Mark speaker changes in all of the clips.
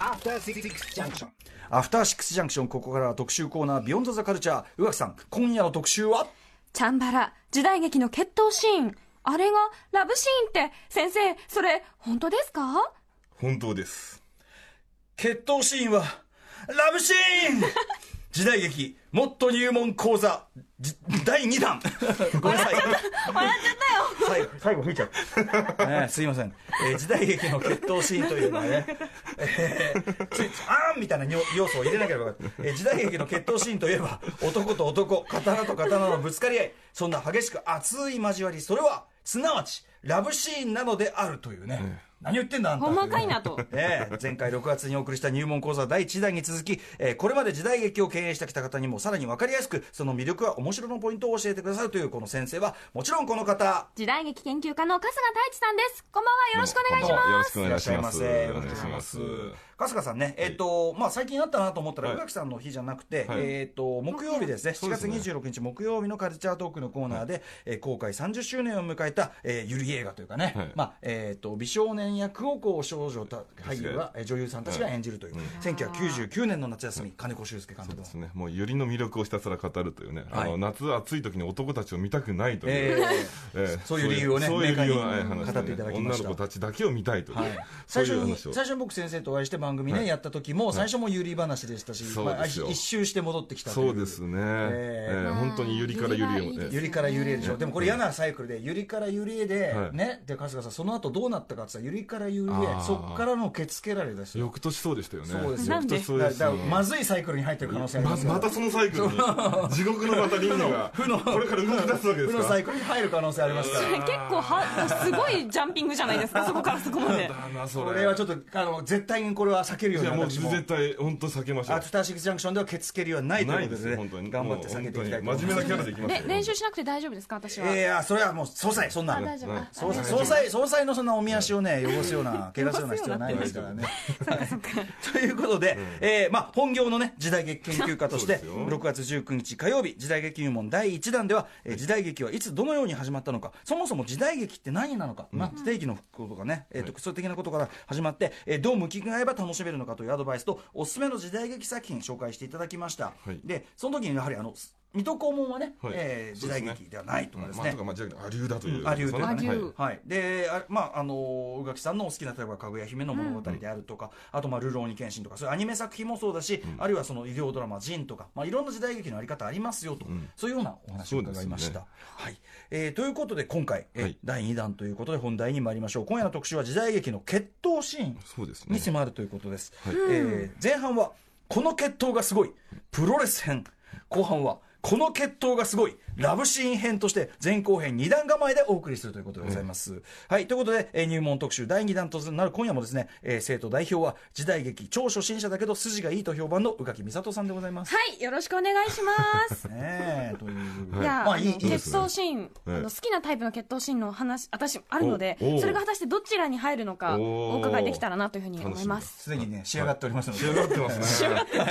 Speaker 1: アフターシックスジャンクション
Speaker 2: アフターシックスジャンクションここからは特集コーナービヨンドザカルチャー宇垣さん今夜の特集は
Speaker 3: チャンバラ、時代劇の決闘シーン。あれがラブシーンって、先生、それ、本当ですか
Speaker 4: 本当です
Speaker 2: 決闘シーンはラブシーン時代劇もっと入門講座じ第2弾ごめんなさい最後最後吹いちゃう、ねえすいません、えー時代劇の決闘シーンというのはね、えー、ついあーんみたいなにょ要素を入れなければよかった、えー時代劇の決闘シーンといえば男と男刀と刀のぶつかり合いそんな激しく熱い交わりそれはすなわちラブシーンなのであるというね、何言ってんだあんた
Speaker 3: ほんまかいなと。
Speaker 2: ねえ前回6月にお送りした入門講座第1弾に続き、えーこれまで時代劇を経営してきた方にもさらに分かりやすくその魅力は面白のポイントを教えてくださるというこの先生はもちろんこの方
Speaker 3: 時代劇研究家の春日太一さんです。こんばんは、よろしくお願いし
Speaker 4: どうもよ
Speaker 3: ま
Speaker 4: ろ
Speaker 3: す
Speaker 4: し。くお願いします
Speaker 2: いらっしゃい
Speaker 4: お
Speaker 2: ませ
Speaker 4: 願いします
Speaker 2: 春日さんね、えっ、と、まあ、最近あったなと思ったら、
Speaker 4: はい
Speaker 2: 宇垣さんの日じゃなくて、
Speaker 4: はい
Speaker 2: えっ、と、木曜日ですね、7
Speaker 4: そうで
Speaker 2: 月
Speaker 4: すね
Speaker 2: 26日木曜日のカルチャートークのコーナーで、えー公開30周年を迎えた、えーゆり映画というかね、
Speaker 4: はい
Speaker 2: まあ、えっ、と、美少年役をこう、少女た俳優は、えー女優さんたちが演じるという、1999年の夏休み、金子修介監督の
Speaker 4: です。ねもうよりの魅力をひたすら語るというね、
Speaker 2: はい
Speaker 4: あの夏暑い時に男たちを見たくないという、
Speaker 2: え
Speaker 4: ええ
Speaker 2: そういう理由をね
Speaker 4: そういう理由
Speaker 2: 明
Speaker 4: を
Speaker 2: 確に
Speaker 4: ええ話して
Speaker 2: 語っていただきました
Speaker 4: 女の子たちだけを見たいという、
Speaker 2: はい最
Speaker 4: そうい
Speaker 2: 初
Speaker 4: う
Speaker 2: に
Speaker 4: 話
Speaker 2: 最
Speaker 4: を
Speaker 2: 初に僕先生とお会いして番組ね、やった時も最初もゆり話でしたし、
Speaker 4: そう
Speaker 2: まあ、
Speaker 4: ですよ
Speaker 2: 一周して戻ってきたとい
Speaker 4: そうですね、え
Speaker 2: え
Speaker 4: え本当にゆりからゆりへも
Speaker 3: ゆりがいいですね
Speaker 2: ゆりからゆりへでしょ、でもこれ嫌なサイクルで、ゆりからゆりへで、
Speaker 4: はい
Speaker 2: ね、で春日さん、その後どうなったかって言ったら、ゆりからゆり
Speaker 4: あ
Speaker 2: へ、
Speaker 4: ー
Speaker 2: そっからのけつけられだし、
Speaker 4: 翌年そうでしたよね
Speaker 2: そうですよ
Speaker 4: 翌年そう
Speaker 2: だだ
Speaker 4: です
Speaker 2: からまずいサイクルに入ってる可能性ありま
Speaker 4: ます
Speaker 2: から、
Speaker 4: またそのサイクルに地獄のまた輪 廻がこれから動き出すわけで
Speaker 2: 負
Speaker 4: す
Speaker 2: の
Speaker 4: から
Speaker 2: サイクルに入る可能性ありますから。
Speaker 3: 結構は、すごいジャンピングじゃないですか、そこからそこまで。
Speaker 4: だなそ
Speaker 2: こ
Speaker 4: れ
Speaker 2: れはちょっとあの絶対にこれは避けるよう
Speaker 4: い
Speaker 2: に
Speaker 4: やもう
Speaker 2: 私も
Speaker 4: 絶対本当避けましょ
Speaker 2: ア
Speaker 4: う
Speaker 2: フターシックスジャンクションではケツ蹴りはないと
Speaker 4: ないいう
Speaker 2: こ
Speaker 4: で
Speaker 2: と
Speaker 4: すね
Speaker 2: で
Speaker 4: 本当
Speaker 2: ね
Speaker 4: に
Speaker 2: 頑張って避けていきたいと
Speaker 4: もう
Speaker 2: 思い
Speaker 4: 本当に真面
Speaker 2: ま
Speaker 4: 目
Speaker 2: す
Speaker 4: なキャラでいきます
Speaker 3: れ
Speaker 4: よ
Speaker 3: 練習しなくて大丈夫ですか、私は。
Speaker 2: いやそれはもう総裁そんな
Speaker 3: あ
Speaker 2: の
Speaker 3: 大丈夫。あ
Speaker 2: 総裁総裁総裁のそんなおみ足をね汚すような怪我するような必要ないですからね。 ということで、えーまあ、本業のね時代劇研究家として
Speaker 4: そうですよ
Speaker 2: 6月19日火曜日時代劇入門第1弾では、えー時代劇はいつどのように始まったのかそもそも時代劇って何なのか、まあ、ステーキのこととかね、えー、特徴的なことから始まって、えーどう向き合えば楽しめるのかというアドバイスとおすすめの時代劇作品紹介していただきました、
Speaker 4: はい
Speaker 2: でその時にやはりあの水戸黄門はね、
Speaker 4: はい
Speaker 2: えー時代劇ではないとかですね
Speaker 4: まあ、とかまあじゃあアリューだという
Speaker 2: うんアリューとか
Speaker 3: ね
Speaker 4: は
Speaker 3: ア
Speaker 4: い
Speaker 3: リュー
Speaker 2: はい、で、あまあ、あの宇垣さんのお好きな例えば「かぐや姫」の物語であるとか、あと、まあ「流浪に剣心」とかそういうアニメ作品もそうだし、あるいはその医療ドラマ「ジン」とか、まあ、いろんな時代劇のあり方ありますよと、そういうようなお話を伺いまし
Speaker 4: そう
Speaker 2: た。
Speaker 4: ですね
Speaker 2: はいえーということで今回、えー
Speaker 4: はい
Speaker 2: 第2弾ということで本題に参りましょう今夜の特集は時代劇の決闘シーン
Speaker 4: そうですね
Speaker 2: に迫るということです、えー前半はこの決闘がすごいプロレス編後半はこの決闘がすごいラブシーン編として前後編2段構えでお送りするということでございます、はいということで、えー入門特集第2弾となる今夜もですね、えー生徒代表は時代劇超初心者だけど筋がいいと評判の宇垣美里さんでございます、
Speaker 3: はい、よろしくお願いします。
Speaker 2: ねえという、
Speaker 3: じゃあ、
Speaker 2: まあ
Speaker 3: あ
Speaker 2: いいい
Speaker 3: の
Speaker 2: い
Speaker 3: 決闘シーン、
Speaker 4: え
Speaker 3: あ
Speaker 4: え
Speaker 3: の好きなタイプの決闘シーンの話、私あるので、
Speaker 4: おお
Speaker 3: それが果たしてどちらに入るのか、
Speaker 4: お
Speaker 3: お伺いできたらなというふうに思います。
Speaker 2: すでにね仕上がっておりますので、
Speaker 4: 仕上がってます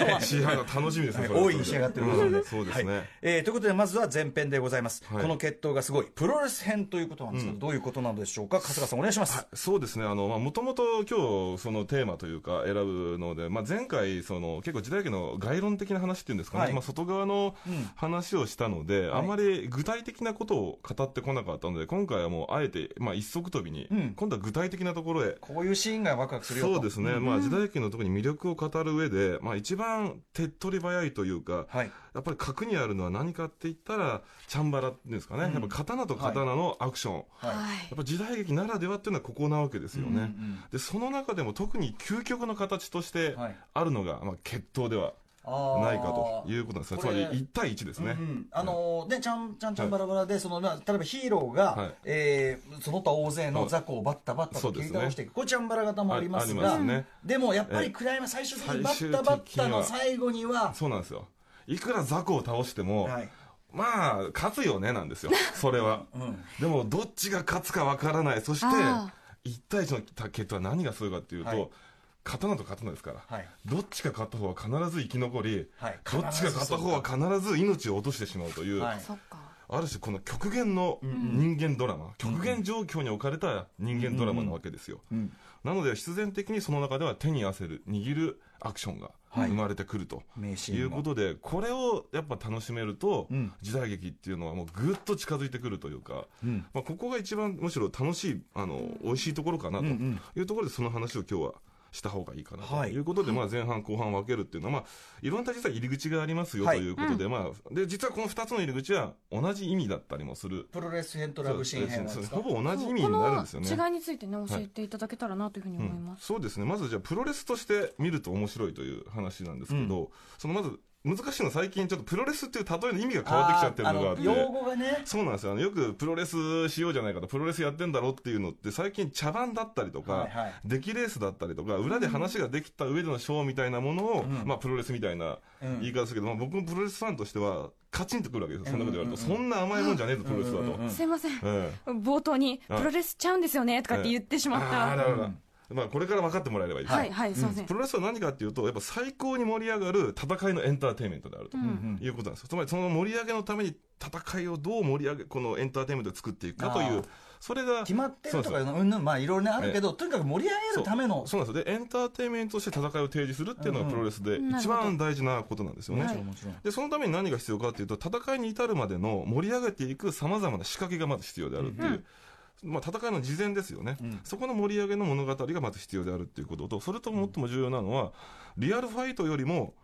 Speaker 4: ね 仕上が楽しみですねそれ
Speaker 2: 大いに仕上がってる
Speaker 4: うん
Speaker 2: ので、
Speaker 4: そうですね、
Speaker 2: はいえーということでまずは前編でございます、
Speaker 4: はい
Speaker 2: この決闘がすごいプロレス編ということなんですけど、どういうことなのでしょうか春日さんお願いします、
Speaker 4: そうですね、あの、まあ、もともと今日、そのテーマというか、選ぶので、まあ、前回、その、結構時代劇の概論的な話っていうんですかね、
Speaker 2: はい
Speaker 4: まあ、外側の
Speaker 2: うん
Speaker 4: 話をしたので、
Speaker 2: はい
Speaker 4: あまり具体的なことを語ってこなかったので、今回はもう、あえて、まあ、一足飛びに、
Speaker 2: うん
Speaker 4: 今度は具体的なところへ、
Speaker 2: こういうシーンがワクワクするよと
Speaker 4: そうですね、まあ、時代劇の特に魅力を語る上で、まあ、一番手っ取り早いというか、
Speaker 2: はい
Speaker 4: やっぱり核にあるのは何かって言ったら、チャンバラっていうんですかね、
Speaker 2: うん
Speaker 4: やっぱ刀と刀のアクション、
Speaker 2: はい
Speaker 3: はい
Speaker 4: やっぱ時代劇ならではっていうのはここなわけですよね。
Speaker 2: うんうん
Speaker 4: でその中でも特に究極の形として
Speaker 2: はい
Speaker 4: あるのが、まあ、決闘では
Speaker 2: あー
Speaker 4: ないかということなんですねつ
Speaker 2: こ
Speaker 4: ま
Speaker 2: れ
Speaker 4: り1対1ですね、
Speaker 2: うんうんあのーね、ちゃんちゃんちゃん
Speaker 4: はい
Speaker 2: バラバラで、そのまあ例えばヒーローが、
Speaker 4: はい
Speaker 2: えーその他大勢の
Speaker 4: はい
Speaker 2: 雑魚をバッタバッタ
Speaker 4: そ
Speaker 2: と
Speaker 4: う
Speaker 2: 切
Speaker 4: です
Speaker 2: り
Speaker 4: ね
Speaker 2: 倒していく、これちゃんバラ型もありますが、
Speaker 4: あありますね
Speaker 2: でもやっぱりクライマ最終的にバ
Speaker 4: 最終
Speaker 2: ッ
Speaker 4: 的に
Speaker 2: タ
Speaker 4: は
Speaker 2: バッタの最後には、
Speaker 4: そうなんですよいくら雑魚を倒しても、
Speaker 2: はい
Speaker 4: まあ勝つよねなんで すよそれは、
Speaker 2: ん
Speaker 4: でもどっちが勝つかわからないそして
Speaker 3: あ
Speaker 4: 1対1の決闘は何がすごいかっていうと、
Speaker 2: はい
Speaker 4: 刀と刀ですから、
Speaker 2: はい
Speaker 4: どっちが勝った方は必ず生き残り、
Speaker 2: はい
Speaker 4: どっちが勝った方は必ず命を落としてしまうという、
Speaker 2: はい
Speaker 3: そっか。
Speaker 4: ある種この極限の人間ドラマ、極限状況に置かれた人間ドラマなわけですよ、
Speaker 2: うん
Speaker 4: なので必然的にその中では手に汗る握るアクションが生まれてくると、
Speaker 2: 名シ
Speaker 4: と
Speaker 2: ーンも
Speaker 4: いうことで、これをやっぱ楽しめると、
Speaker 2: うん
Speaker 4: 時代劇っていうのはもうぐっと近づいてくるというか、
Speaker 2: うん
Speaker 4: まあ、ここが一番むしろ楽しい、あの、美味しいところかなと
Speaker 2: うんうん
Speaker 4: いうところで、その話を今日はした方がいいかな
Speaker 2: は
Speaker 4: と
Speaker 2: い
Speaker 4: いうことで、まあ前半後半分けるっていうのは、まあ、いろんな実は入り口がありますよ
Speaker 2: は
Speaker 4: と
Speaker 2: い
Speaker 4: いうことで、まあ、で、実はこの二つの入り口は同じ意味だったりもする。
Speaker 2: プロレス編とラブシーン編なん
Speaker 4: そう
Speaker 2: で
Speaker 4: ですす
Speaker 2: か
Speaker 4: ねほぼ同じ意味
Speaker 3: こ
Speaker 4: になるんですよね。
Speaker 3: の違いについてね、教えていただけたらなというふうに思います。
Speaker 4: そうですね、まずじゃあ、プロレスとして見ると面白いという話なんですけど、そのまず、難しいのは最近、ちょっとプロレスっていう例えの意味が変わってきちゃってるのがあって。
Speaker 2: あーあ用語がね
Speaker 4: そうなんですよ、ね、よくプロレスしようじゃないかと、プロレスやってんだろっていうのって、最近、茶番だったりとか、
Speaker 2: はいはい
Speaker 4: 出来レースだったりとか、裏で話ができた上でのショーみたいなものを、
Speaker 2: ん
Speaker 4: まあ、プロレスみたいな
Speaker 2: うん
Speaker 4: 言い方するけど、まあ、僕もプロレスファンとしては、カチンとくるわけですよ、そんなこと言われると、
Speaker 2: うんうん
Speaker 4: そんな甘いもんじゃねえぞ、プロレスはと。
Speaker 2: うんうんうん
Speaker 3: すいません。
Speaker 4: ええ
Speaker 3: 冒頭に、プ
Speaker 4: はい
Speaker 3: ロレスちゃうんですよね、とかって言ってしまった。
Speaker 4: あーだからまあ、これから分かってもらえればいいですね
Speaker 3: はい、はい、すいません
Speaker 4: プ。ロレスは何かっていうと、やっぱ最高に盛り上がる戦いのエンターテインメントであると
Speaker 3: うん
Speaker 4: いうことなんですよ。つまりその盛り上げのために戦いをどう盛り上げ、このエンターテインメントで作っていくかとい
Speaker 2: あー
Speaker 4: う、それが。
Speaker 2: 決まってるとかうんぬんまあいろいろねあるけどとにかく盛り上げ
Speaker 4: そう
Speaker 2: るための
Speaker 4: そうなんですよ。で、エンターテインメントとして戦いを提示するっていうのがプロレスで
Speaker 3: うんうん
Speaker 4: 一番大事なことなんですよね。
Speaker 2: もちろんもちろん
Speaker 4: で、そのために何が必要かっていうと、戦いに至るまでの盛り上げていく様々な仕掛けがまず必要であるっていう。まあ、戦いの事前ですよね、
Speaker 2: うん
Speaker 4: そこの盛り上げの物語がまず必要であるっていうことと、それと最も重要なのは、リアルファイトよりも、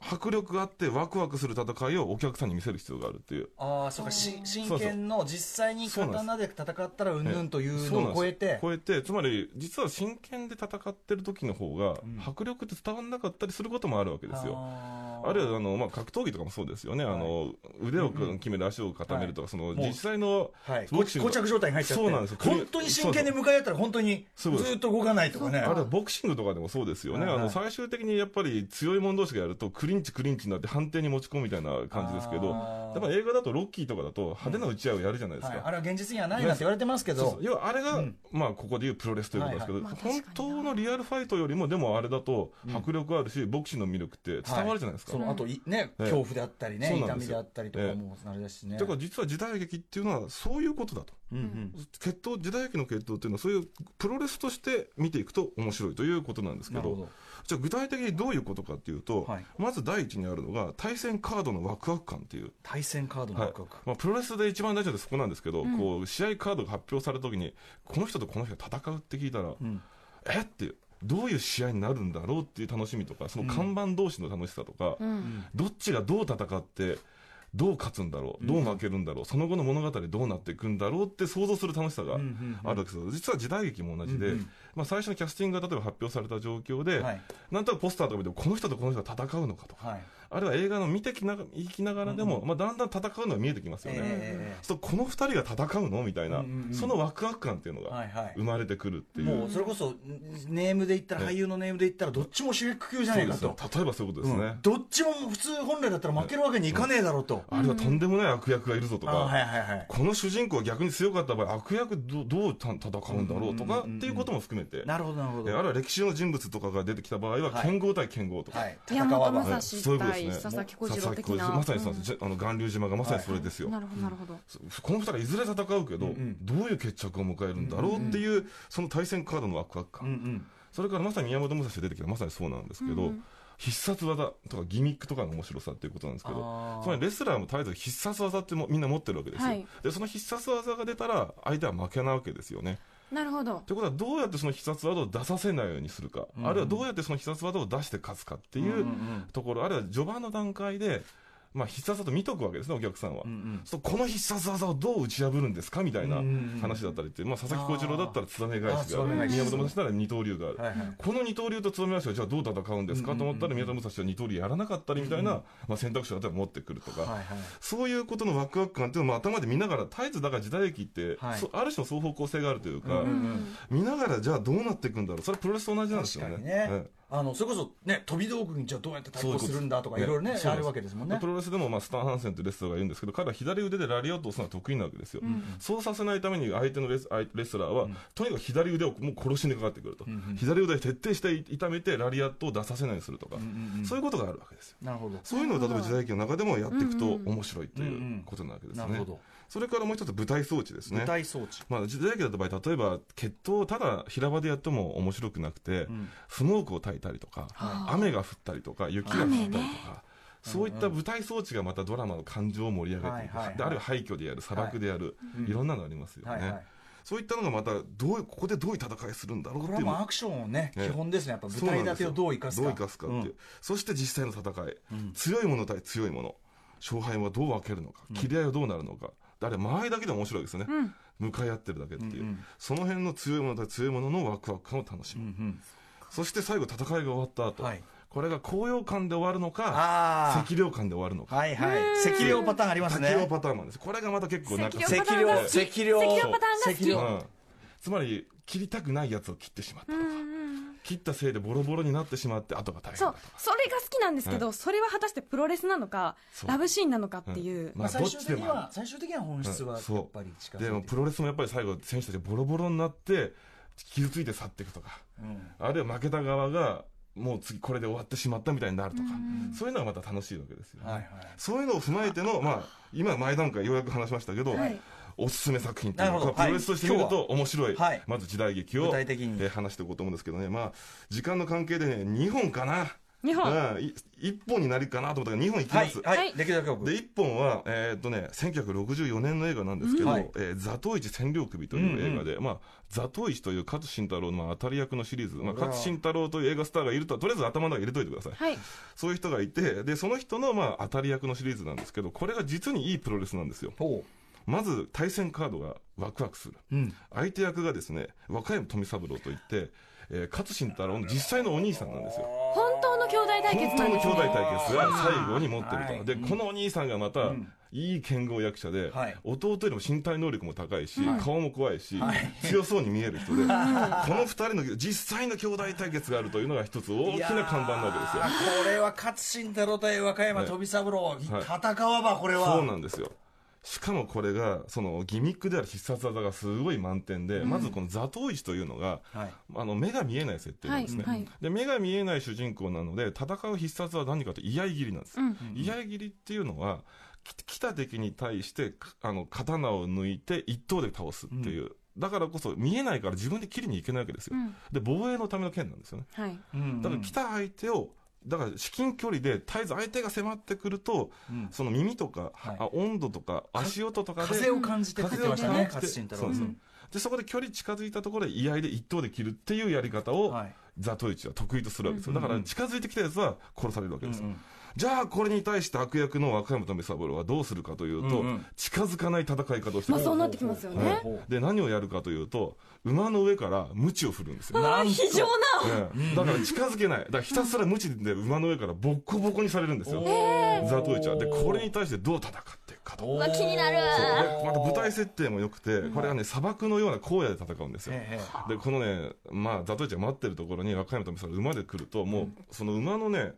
Speaker 4: 迫力があってワクワクする戦いをお客さんに見せる必要があるっていう。
Speaker 2: ああそうかし真剣の実際に
Speaker 4: そうなん
Speaker 2: 刀で戦ったらうんぬんというのを超えて
Speaker 4: 超えて、つまり、実は真剣で戦ってる時の方が
Speaker 2: ん、
Speaker 4: 迫力って伝わんなかったりすることもあるわけですよ。
Speaker 2: あー
Speaker 4: あるいはあの、まあ、格闘技とかもそうですよね、あの腕を決める、足を固めるとか、その
Speaker 2: もう
Speaker 4: 実際の
Speaker 2: はい、
Speaker 4: ボクシング
Speaker 2: 膠着状態に入っちゃって
Speaker 4: そうなんですよ
Speaker 2: 本当に真剣に向かい合ったら本当にず
Speaker 4: そうです
Speaker 2: ーっと動かないとかね
Speaker 4: あれはボクシングとかでもそうですよ
Speaker 2: は
Speaker 4: ね、
Speaker 2: いはい
Speaker 4: あの最終的にやっぱり強い者同士がやると、クリンチ、クリンチになって判定に持ち込むみたいな感じですけど、
Speaker 2: あー
Speaker 4: だから映画だとロッキーとかだと派手な打ち合いをやるじゃないです
Speaker 2: は
Speaker 4: か。
Speaker 2: い、あれは現実にはないなんて言われてますけ
Speaker 4: そう
Speaker 2: ど
Speaker 4: そう要はあれが、
Speaker 2: うん
Speaker 4: まあ、ここでいうプロレスということですけど、
Speaker 2: はい
Speaker 3: はいまあ確か
Speaker 4: 本
Speaker 3: にな
Speaker 4: 当のリアルファイトよりも、でもあれだと
Speaker 2: うん
Speaker 4: 迫力あるし、ボクシングの魅力って伝わるじゃないですか。
Speaker 2: そうあといね、
Speaker 4: ええ
Speaker 2: 恐怖であったりね
Speaker 4: そうな
Speaker 2: 痛
Speaker 4: ん
Speaker 2: み
Speaker 4: です
Speaker 2: で
Speaker 4: よ
Speaker 2: あったりとかもあれですしね、
Speaker 4: だから実は時代劇っていうのはそういうことだと。
Speaker 2: うんうん
Speaker 4: 決闘、時代劇の決闘っていうのはそういうプロレスとして見ていくと面白いということなんですけ
Speaker 2: な
Speaker 4: ど、
Speaker 2: るほ
Speaker 4: じゃあ具体的にどういうことかっていうと、
Speaker 2: はい
Speaker 4: まず第一にあるのが対戦カードのワクワク感っていう。
Speaker 2: 対戦カードの
Speaker 4: はい
Speaker 2: ワクワク、
Speaker 4: まあ、プロレスで一番大事なのはそこなんですけど、
Speaker 3: うん
Speaker 4: こう試合カードが発表された時にこの人とこの人が戦うって聞いたら、
Speaker 2: うん
Speaker 4: えっていうどういう試合になるんだろうっていう楽しみとかその看板同士の楽しさとか、
Speaker 3: うん。
Speaker 4: どっちがどう戦ってどう勝つんだろうどう負けるんだろう、その後の物語どうなっていくんだろうって想像する楽しさがあ
Speaker 2: う
Speaker 4: る
Speaker 2: んうんうん
Speaker 4: わけですよ、実は時代劇も同じで、
Speaker 2: うんうん
Speaker 4: まあ、最初のキャスティングが例えば発表された状況で、
Speaker 2: はい
Speaker 4: なんとなくポスターとか見てもこの人とこの人が戦うのかとか
Speaker 2: はい
Speaker 4: あるいは映画の見てきながいきながらでも、
Speaker 2: うん
Speaker 4: まあ、だんだん戦うのが見えてきますよね、
Speaker 2: ええ
Speaker 4: そうこの二人が戦うのみたいな、
Speaker 2: うんうんうん
Speaker 4: そのワクワク感っていうの
Speaker 2: は
Speaker 4: が
Speaker 2: いはい
Speaker 4: 生まれてくるっていう。
Speaker 2: もうそれこそんネームで言ったら
Speaker 4: ええ
Speaker 2: 俳優のネームで言ったらどっちも刺激級じゃ
Speaker 4: そ
Speaker 2: ない
Speaker 4: うで
Speaker 2: か
Speaker 4: すね
Speaker 2: と、
Speaker 4: 例えばそういうことです
Speaker 2: う
Speaker 4: ね
Speaker 2: ん、どっちも普通本来だったら負けるわけにいかねえだろうと、
Speaker 4: あるいはとんでもない悪役がいるぞと
Speaker 2: あ
Speaker 4: か、
Speaker 2: はいはいはい
Speaker 4: この主人公が逆に強かった場合、悪役どどうた戦うんだろうとかっていうことも含めて、
Speaker 2: なるほどなるほ
Speaker 4: え
Speaker 2: ど
Speaker 4: あるいは歴史の人物とかが出てきた場合は、
Speaker 2: はい
Speaker 4: 剣豪対剣豪とか、
Speaker 2: はい戦
Speaker 3: 山
Speaker 2: わ
Speaker 3: 本
Speaker 2: ば
Speaker 3: 昌
Speaker 4: そうい
Speaker 3: 史
Speaker 4: うことです
Speaker 3: 対
Speaker 4: ね
Speaker 3: 佐々木小次
Speaker 4: 佐
Speaker 3: 郎
Speaker 4: 々木
Speaker 3: 的
Speaker 4: 小次
Speaker 3: な。
Speaker 4: 郎まさにそううんです、あの巌流島がまさにそれですよ、
Speaker 3: なるほど、なるほど。
Speaker 4: この二人はいずれ戦うけど、
Speaker 2: うんうん
Speaker 4: どういう決着を迎えるんだろうっていう、その対戦カードのワクワク
Speaker 2: う
Speaker 4: 感、
Speaker 2: んうん
Speaker 4: それからまさに宮本武蔵が出てきたまさにそうなんですけど、
Speaker 3: うんうん
Speaker 4: 必殺技とかギミックとかの面白さっていうことなんですけ
Speaker 2: あ
Speaker 4: ど
Speaker 2: ー、
Speaker 4: つまりレスラーも絶えず必殺技ってもみんな持ってるわけですよ、
Speaker 3: はい
Speaker 4: で、その必殺技が出たら相手は負けなわけですよね。
Speaker 3: なるほど
Speaker 4: っ。てことはどうやってその必殺技を出させないようにするか、
Speaker 2: うん
Speaker 4: あるいはどうやってその必殺技を出して勝つかって
Speaker 2: うん
Speaker 4: いう
Speaker 2: うん
Speaker 4: ところ、あるいは序盤の段階で、まあ必殺技見とくわけですね、お客さんは。
Speaker 2: うんうん
Speaker 4: そうこの必殺技をどう打ち破るんですかみたいな話だったりって、まあ、佐々木小次郎だったらツバメ返しがあ
Speaker 2: あー
Speaker 4: る、
Speaker 2: 燕返し
Speaker 4: 宮本武蔵なら二刀流がある、
Speaker 2: はいはい
Speaker 4: この二刀流とツバメ返しがじゃあどう戦うんですかと思ったら、宮本武蔵は二刀流やらなかったりみたいな、まあ、選択肢を例えば持ってくるとか、
Speaker 2: はいはい
Speaker 4: そういうことのワクワク感っていうのも頭で見ながら、絶えずだから時代劇って、
Speaker 2: はい
Speaker 4: そうある種の双方向性があるというか、
Speaker 2: うん
Speaker 3: うん
Speaker 4: 見ながらじゃあどうなっていくんだろう、それはプロレスと同じなんですよね。
Speaker 2: 確かにね
Speaker 4: ええ
Speaker 2: あのそれこそね飛び道具にじゃあどうやって対抗するんだとか
Speaker 4: そう
Speaker 2: い
Speaker 4: い
Speaker 2: ろ
Speaker 4: う
Speaker 2: いろ
Speaker 4: こと
Speaker 2: ね
Speaker 4: そう
Speaker 2: あ
Speaker 4: です
Speaker 2: るわけですもんね
Speaker 4: プロレスでもまあスタン・ハンセンというレスラーがいるんですけど、彼は左腕でラリアットを押すのは得意なわけですよ、そうさせないために相手のレス相レスラーは、とにかく左腕をもう殺しにかかってくると、
Speaker 2: うんうん
Speaker 4: 左腕を徹底して痛めて、ラリアットを出させないようにするとか、そういうことがあるわけですよ。
Speaker 2: なるほど
Speaker 4: そういうのを例えば時代劇の中でもやっていくと
Speaker 3: うんうん
Speaker 4: 面白いと
Speaker 2: うんう
Speaker 4: い
Speaker 2: ん
Speaker 4: うことなわけですね。
Speaker 2: なるほど
Speaker 4: それからもう一つ舞台装置ですね
Speaker 2: 舞。台装置
Speaker 4: まあ、時代劇だった場合、例えば、決闘をただ平場でやっても面白くなくて、
Speaker 2: ん
Speaker 4: スモークを焚いたりとか、
Speaker 3: はあ
Speaker 4: 雨が降ったりとか、雪が降ったりと
Speaker 3: 雨ね
Speaker 4: か、そういった舞台装置がまたドラマの感情を盛り上げていく、
Speaker 2: はいはいはい
Speaker 4: であるいは廃墟でやる、砂漠でやる、
Speaker 2: うん
Speaker 4: い、ろんなのありますよね。
Speaker 2: はいはい
Speaker 4: そういったのがまたどう、ここでどういう戦いするんだろうっ
Speaker 2: こ
Speaker 4: て
Speaker 2: れは
Speaker 4: いう
Speaker 2: も
Speaker 4: の
Speaker 2: うアクションをね
Speaker 4: ええ
Speaker 2: 基本ですねやっぱ舞
Speaker 4: そうな
Speaker 2: 台
Speaker 4: んで
Speaker 2: 立
Speaker 4: す
Speaker 2: て
Speaker 4: よ
Speaker 2: をどう生かすか
Speaker 4: どう生かすかっていう、そして実際の戦い、
Speaker 2: うん
Speaker 4: 強い者対強い者勝敗はどう分けるのか切り合いはどうなるのか、あれ間合いだけでも面白いですよね、
Speaker 3: うん
Speaker 4: 向かい合ってるだけっていう、
Speaker 2: うんうん
Speaker 4: その辺の強い者対強い者のワクワク感を楽し
Speaker 2: う
Speaker 4: む、
Speaker 2: んうん
Speaker 4: そして最後戦いが終わった後、
Speaker 2: はい
Speaker 4: これが高揚感で終わるのか
Speaker 2: あ
Speaker 4: 赤涼感で終わるの
Speaker 2: あ
Speaker 4: か
Speaker 2: はいはい赤量パターンあります
Speaker 4: 多量
Speaker 2: ね
Speaker 4: パターンなんですこれがまた結構なんか
Speaker 3: 赤
Speaker 2: 赤量
Speaker 3: 量
Speaker 2: 赤量
Speaker 3: 赤量パターンが好き
Speaker 2: 赤量
Speaker 4: うんつまり切りたくないやつを切ってしまった
Speaker 3: う
Speaker 4: と
Speaker 3: ん
Speaker 4: か、
Speaker 3: うん
Speaker 4: 切ったせいでボロボロになってしまって後が大変
Speaker 3: そ
Speaker 4: だ
Speaker 3: う
Speaker 4: とか、
Speaker 3: それが好きなんですけど、それは果たしてプロレスなのか
Speaker 4: そう
Speaker 3: ラブシーンなのかっていう、
Speaker 2: ま
Speaker 4: うん
Speaker 2: あ
Speaker 4: まあ
Speaker 2: 最
Speaker 4: どっ
Speaker 2: 終
Speaker 4: ち
Speaker 2: 的
Speaker 4: で
Speaker 2: に
Speaker 4: も
Speaker 2: は最終的には本質はや
Speaker 4: そ
Speaker 2: っ
Speaker 4: う
Speaker 2: ぱり近づいて
Speaker 4: でも
Speaker 2: る
Speaker 4: プロレスもやっぱり最後選手たちがボロボロになって傷ついて去っていくとか
Speaker 2: うん
Speaker 4: あるいは負けた側がもう次これで終わってしまったみたいになるとか、
Speaker 3: うん
Speaker 4: そういうのがまた楽しいわけですよね、
Speaker 2: はいはい
Speaker 4: そういうのを踏まえての、まあ、今前段階ようやく話しましたけど、
Speaker 3: はい
Speaker 4: おすすめ作品という
Speaker 2: なるほ
Speaker 4: か
Speaker 2: ど
Speaker 4: プロレスとして見る
Speaker 2: は
Speaker 4: と面白い、
Speaker 2: はい
Speaker 4: まず時代劇を
Speaker 2: 具体的に
Speaker 4: えー話していこうと思うんですけどね、まあ、時間の関係でね2本かな
Speaker 3: 日本、
Speaker 4: うんい一本になるかなと思ったから2本いき
Speaker 2: は
Speaker 4: ま
Speaker 2: い
Speaker 4: す、
Speaker 2: はいできるだけ多く
Speaker 4: で一本は、えーっとね、1964年の映画なんですけど、
Speaker 2: うんはい
Speaker 4: えー座頭市占領首という映画で、
Speaker 2: う
Speaker 4: まあ、座頭市という勝新太郎のまあ当たり役のシリーズ、まあ、
Speaker 2: これは
Speaker 4: 勝新太郎という映画スターがいるとは、とりあえず頭の中に入れといてください。
Speaker 3: はい
Speaker 4: そういう人がいて、で、その人のまあ当たり役のシリーズなんですけど、これが実にいいプロレスなんですよ。
Speaker 2: ほ
Speaker 4: まず、対戦カードがワクワクする。
Speaker 2: ううん
Speaker 4: 相手役がですね、若山富三郎といって、えー勝新太郎の実際のお兄さんなんですよ。
Speaker 3: 本当の兄弟対
Speaker 4: 本
Speaker 3: 決
Speaker 4: 当
Speaker 3: なんで
Speaker 4: の兄
Speaker 3: すね
Speaker 4: 弟対決が最後に持ってると、
Speaker 2: はい
Speaker 4: で
Speaker 2: うん
Speaker 4: このお兄さんがまた
Speaker 2: ん
Speaker 4: いい剣豪役者で、
Speaker 2: はい
Speaker 4: 弟よりも身体能力も高いし、顔も怖いし、
Speaker 2: はい
Speaker 4: 強そうに見える人で、この2人の実際の兄弟対決があるというのが一つ大きな看板なわけですよ
Speaker 2: いやーこれは勝新太郎対若山飛三郎、
Speaker 4: はい
Speaker 2: 戦わばこれは
Speaker 4: そうなんですよしかもこれがそのギミックである必殺技がすごい満点で、まずこの座頭市というのが、
Speaker 2: はい
Speaker 4: あの目が見えない設定なんですね、
Speaker 3: はいはい
Speaker 4: で目が見えない主人公なので戦う必殺は何かと居合斬りなんです、
Speaker 3: うん
Speaker 4: 居合斬りっていうのはき来た敵に対してかあの刀を抜いて一刀で倒すっていう、だからこそ見えないから自分で切りに行けないわけですよ、
Speaker 3: うん
Speaker 4: で防衛のための剣なんですよね
Speaker 3: はい
Speaker 2: うん
Speaker 4: だから来た相手をだから至近距離で絶えず相手が迫ってくると、その耳とか、
Speaker 2: はい
Speaker 4: あ温度とか足音とかで
Speaker 2: 風を感じてって言ってましたね
Speaker 4: 風を感
Speaker 2: 勝
Speaker 4: じて
Speaker 2: 新太
Speaker 4: そう
Speaker 2: 郎
Speaker 4: です
Speaker 2: さ
Speaker 4: ねでそこで距離近づいたところで居合で一刀で切るっていうやり方を、
Speaker 2: はい
Speaker 4: ザトイチは得意とするわけですよ、
Speaker 2: うん
Speaker 4: だから近づいてきたやつは殺されるわけですよ、
Speaker 2: うんうん
Speaker 4: じゃあこれに対して悪役の若山富三郎はどうするかというと、
Speaker 2: うんうん
Speaker 4: 近づかない戦い方をして
Speaker 3: まあ
Speaker 4: くる
Speaker 3: そうなってきますよね
Speaker 2: ほうほうほう
Speaker 4: で何をやるかというと馬の上から鞭を振るんですよ、
Speaker 2: なんと
Speaker 3: 非常な
Speaker 4: ええだから近づけないだからひたすら鞭で馬の上からボッコボコにされるんですよ、ザトイチはでこれに対してどう戦っていくかと
Speaker 3: うわ気になる
Speaker 4: そうでまた舞台設定も良くて、これはね、砂漠のような荒野で戦うんですよ。
Speaker 2: え
Speaker 4: で、このね、まあ、ザトイチが待ってるところに、若山富さんが馬で来ると、もう、その馬のね、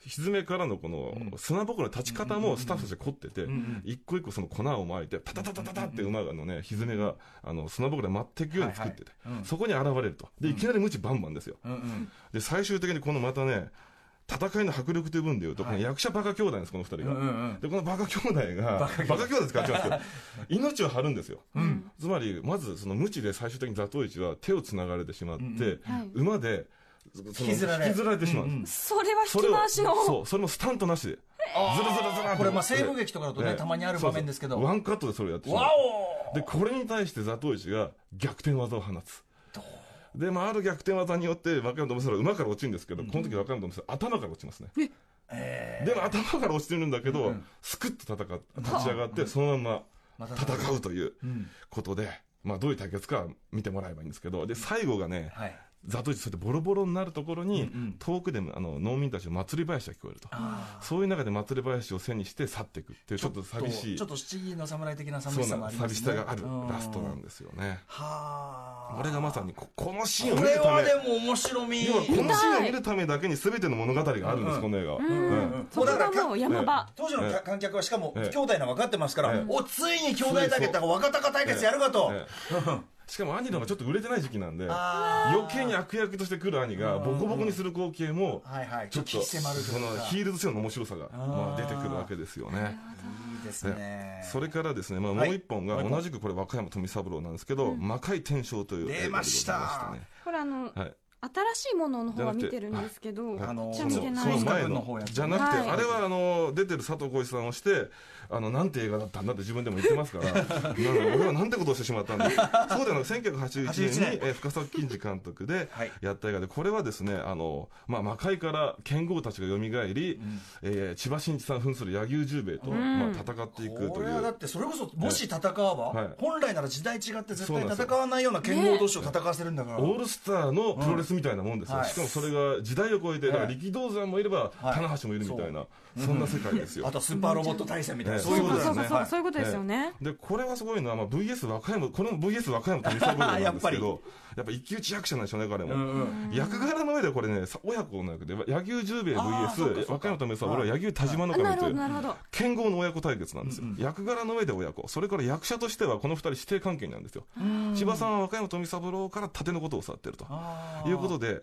Speaker 4: ひずめからのこの砂ぼこりの立ち方もスタッフとして凝ってて、一個一個その粉を巻いて、タタタタタタって馬のね、ひずめが、あの、砂ぼこりで舞っていくように作ってて
Speaker 2: はいはいうん、
Speaker 4: そこに現れると。で、いきなり無知バンバンですよ。
Speaker 2: うんうん
Speaker 4: で、最終的にこのまたね、戦いの迫力という分でいうと、この役者バカ兄弟なんです、この二人が。
Speaker 2: うんうん
Speaker 4: でこのバカ兄弟が、バカ兄弟使っち ゃうんですけど、命を張るんですよ。つまり、まず、その無知で最終的に座頭市は手を繋がれてしまって、
Speaker 3: はい
Speaker 4: 馬で、その
Speaker 2: 引きずられ
Speaker 4: 引きずられてしまう。
Speaker 2: うんうん
Speaker 3: それは
Speaker 4: そ
Speaker 3: 引
Speaker 4: れ
Speaker 3: き
Speaker 4: を
Speaker 3: 回しの
Speaker 4: そう、それもスタントなしで。ずらずらずら
Speaker 2: これまあ西部劇とかだとね
Speaker 4: ええ
Speaker 2: たまにある場面ですけど
Speaker 4: そうそうワンカットでそれをやってしまう
Speaker 2: わ。お
Speaker 4: で、これに対して座頭市が逆転技を放つ。で、まあ、ある逆転技によって、若山富三郎は馬から落ちるんですけど、この時若山富三郎は頭から落ちますね。でも頭から落ちてるんだけど、すくっと戦っ立ち上がって、そのまま戦うということで、まあ、どういう対決か見てもらえばいいんですけど、で、最後がね、
Speaker 2: はい
Speaker 4: ざといそうやってボロボロになるところに、
Speaker 2: うんうん
Speaker 4: 遠くであの農民たちの祭り林が聞こえると
Speaker 2: あ
Speaker 4: そういう中で祭り林を背にして去っていくっていうちょっと寂しい
Speaker 2: ちょっと七人の侍的な
Speaker 4: そ
Speaker 2: 寂
Speaker 4: う
Speaker 2: しさも
Speaker 4: な
Speaker 2: ありますね
Speaker 4: 寂しさがあるラストなん
Speaker 2: で
Speaker 4: ですよね
Speaker 2: はあ
Speaker 4: これがまさにここのシーンを
Speaker 2: こ
Speaker 4: 見る
Speaker 2: れ
Speaker 4: た
Speaker 2: は
Speaker 4: め
Speaker 2: でも面白み
Speaker 4: 要はこ
Speaker 3: 見
Speaker 4: の
Speaker 3: たい
Speaker 4: シーンを見るためだけに全ての物語があるんです、
Speaker 2: うん
Speaker 4: この映画は、
Speaker 3: う
Speaker 2: うん
Speaker 3: ん
Speaker 2: うん
Speaker 3: そこがもう山場。
Speaker 2: 当時の
Speaker 4: ええ
Speaker 2: 観客はしかも
Speaker 4: え
Speaker 2: 兄
Speaker 4: え
Speaker 2: 弟な分かってますから、
Speaker 4: ええ
Speaker 2: おついに兄弟対決だから若隆対決やるかと、
Speaker 4: ええしかも兄の方がちょっと売れてない時期なんで
Speaker 2: あー
Speaker 4: 余計に悪役として来る兄がボコボコにする光景も
Speaker 2: はいはい
Speaker 4: ちょっ
Speaker 2: ちょ
Speaker 4: と
Speaker 2: っと
Speaker 4: そ
Speaker 2: 鬼気迫るというか
Speaker 4: のヒールズショーの面白さが
Speaker 2: あー
Speaker 4: まあ出てくるわけですよね
Speaker 2: いいですね
Speaker 4: それからですね、まあ、も
Speaker 2: は
Speaker 4: う
Speaker 2: い
Speaker 4: 一本が
Speaker 2: もう一本
Speaker 4: 同じくこれ和歌山富三郎なんですけど「魔界転生」という映画でございましたね
Speaker 3: これあの、
Speaker 4: はい
Speaker 3: 新しいものの方は見てるんですけど、
Speaker 4: じゃ
Speaker 2: あの
Speaker 3: じ
Speaker 2: そ
Speaker 3: ゃ
Speaker 2: の
Speaker 3: 見てない
Speaker 2: そ
Speaker 3: です
Speaker 2: の前
Speaker 4: 前
Speaker 2: の方や
Speaker 4: の
Speaker 2: つ
Speaker 4: じゃなくて、
Speaker 3: はい
Speaker 4: あれはあの出てる佐藤浩市さんをしてあのなんて映画だったんだって自分でも言ってますか らなんか俺はなんてことをしてしまったんだそうではなく1981年に
Speaker 2: 81年
Speaker 4: えー深作金次監督で
Speaker 2: はい
Speaker 4: やった映画でこれはですねあの、まあ、魔界から剣豪たちが蘇り、えー千葉真一さん扮する柳生十兵衛と、
Speaker 3: ん
Speaker 4: まあ、戦っていく
Speaker 2: こと
Speaker 4: い
Speaker 2: れはだっ
Speaker 4: う。
Speaker 2: てそれこそもし戦わば、
Speaker 4: はい
Speaker 2: 本来なら時代違って絶
Speaker 4: そう
Speaker 2: 対
Speaker 4: なんですよ
Speaker 2: 戦わないような剣豪同士を戦わせるんだから、
Speaker 4: オールスターのプロレスみたいなもんですよ、
Speaker 2: うんはい
Speaker 4: しかもそれが時代を超えて、だから力道山もいれば、
Speaker 2: はい
Speaker 4: 棚橋もいるみたいな、そんな世 界ですよ。
Speaker 2: あとはスーパーロボット対戦みたいな、
Speaker 4: ええ
Speaker 2: そういうことです
Speaker 3: そうか
Speaker 2: ね
Speaker 3: そうか
Speaker 2: は
Speaker 3: そういうことですよね。
Speaker 4: でこれはすごいのは、まあ、VS 和歌山これも VS 和歌山と見せるなんです け
Speaker 2: や
Speaker 4: どやっぱ一騎打ち役者なんでしょうね彼
Speaker 2: いうん
Speaker 4: も。
Speaker 2: うん
Speaker 4: 役柄の上でこれねさ親子の役で柳生十兵衛
Speaker 2: あーそうかそう
Speaker 4: VS
Speaker 2: か
Speaker 4: 和歌山と目さ俺は柳生田島の
Speaker 3: あな
Speaker 4: 神
Speaker 3: る
Speaker 4: と
Speaker 3: ほ
Speaker 4: い
Speaker 3: どな
Speaker 4: う
Speaker 3: るほど。
Speaker 4: 剣豪の親子対決なんですよ、
Speaker 2: うんうん
Speaker 4: 役柄の上で親子それから役者としてはこの二人師弟関係なんですよ千葉さんは和歌山富三郎から盾のことを教わってると
Speaker 2: あー
Speaker 4: いうことで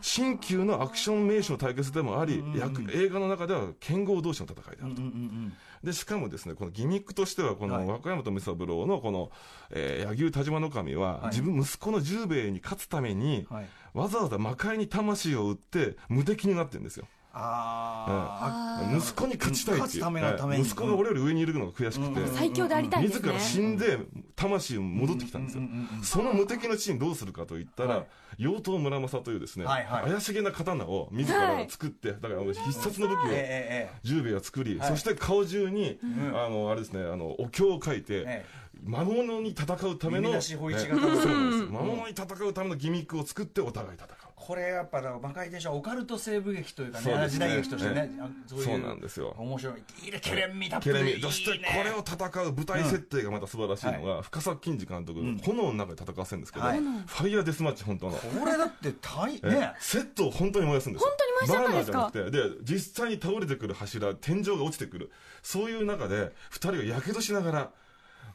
Speaker 4: 新旧のアクション名手の対決でもあり、役映画の中では剣豪同士の戦いであると
Speaker 2: うんうんうん
Speaker 4: で、しかもですね、このギミックとしては、こ
Speaker 2: はい
Speaker 4: の和歌山富三郎のこの、えー、柳生田島の神は、
Speaker 2: い
Speaker 4: 自分息子の十兵衛に勝つために、
Speaker 2: はい
Speaker 4: わざわざ魔界に魂を売って、無敵になってるんですよ。
Speaker 2: あ
Speaker 3: あー
Speaker 4: 息子に勝ちたいって
Speaker 2: 勝つ
Speaker 4: いう。
Speaker 2: ためのために
Speaker 4: はい息子が俺より上にいるのが悔しくて、
Speaker 3: 最強でありたいんです
Speaker 4: 自
Speaker 3: ね
Speaker 4: ら。死んで、魂を戻ってきたんですよ
Speaker 2: うんうんうんうんうん。
Speaker 4: その無敵の地にどうするかといった
Speaker 2: は
Speaker 4: ら、
Speaker 2: い
Speaker 4: 妖刀村正というですね、
Speaker 2: はいはい
Speaker 4: 怪しげな刀を自ら作って、だから必殺の武器
Speaker 2: ー
Speaker 4: を、
Speaker 2: ええええ
Speaker 4: 十兵衛を作り、
Speaker 2: はい
Speaker 4: そして顔中に、
Speaker 2: ん
Speaker 4: あのあれですねあのお経を書いて、
Speaker 2: ええ
Speaker 4: 魔物に戦うための
Speaker 2: 弓出し法一型う
Speaker 4: ええ
Speaker 2: ん
Speaker 4: そうなんです魔物に戦うためのギミックを作ってお互い戦う、
Speaker 2: これやっぱだから魔界転生はオカルト西部劇というか
Speaker 4: そう
Speaker 2: ね
Speaker 4: ですね
Speaker 2: 時代劇としてねあそういう
Speaker 4: そうなんですよ
Speaker 2: 面白いいいねケレン味たっぷ
Speaker 4: ケ
Speaker 2: り
Speaker 4: レ
Speaker 2: いい
Speaker 4: ミ
Speaker 2: ね
Speaker 4: そしてこれを戦う舞台設定がまた素晴らしいのが、
Speaker 2: うん
Speaker 4: 深作金次監督、炎の中で戦わせるんですけど、
Speaker 2: はい
Speaker 4: ファイヤーデスマッチ本当の、
Speaker 2: これだって大
Speaker 4: ええ
Speaker 2: ね
Speaker 4: セットを本当に燃やすんですよ
Speaker 3: 本当に燃やしちゃったんですか
Speaker 4: バーナーじゃなくてで実際に倒れてくる柱天井が落ちてくるそういう中で2人がやけどしながら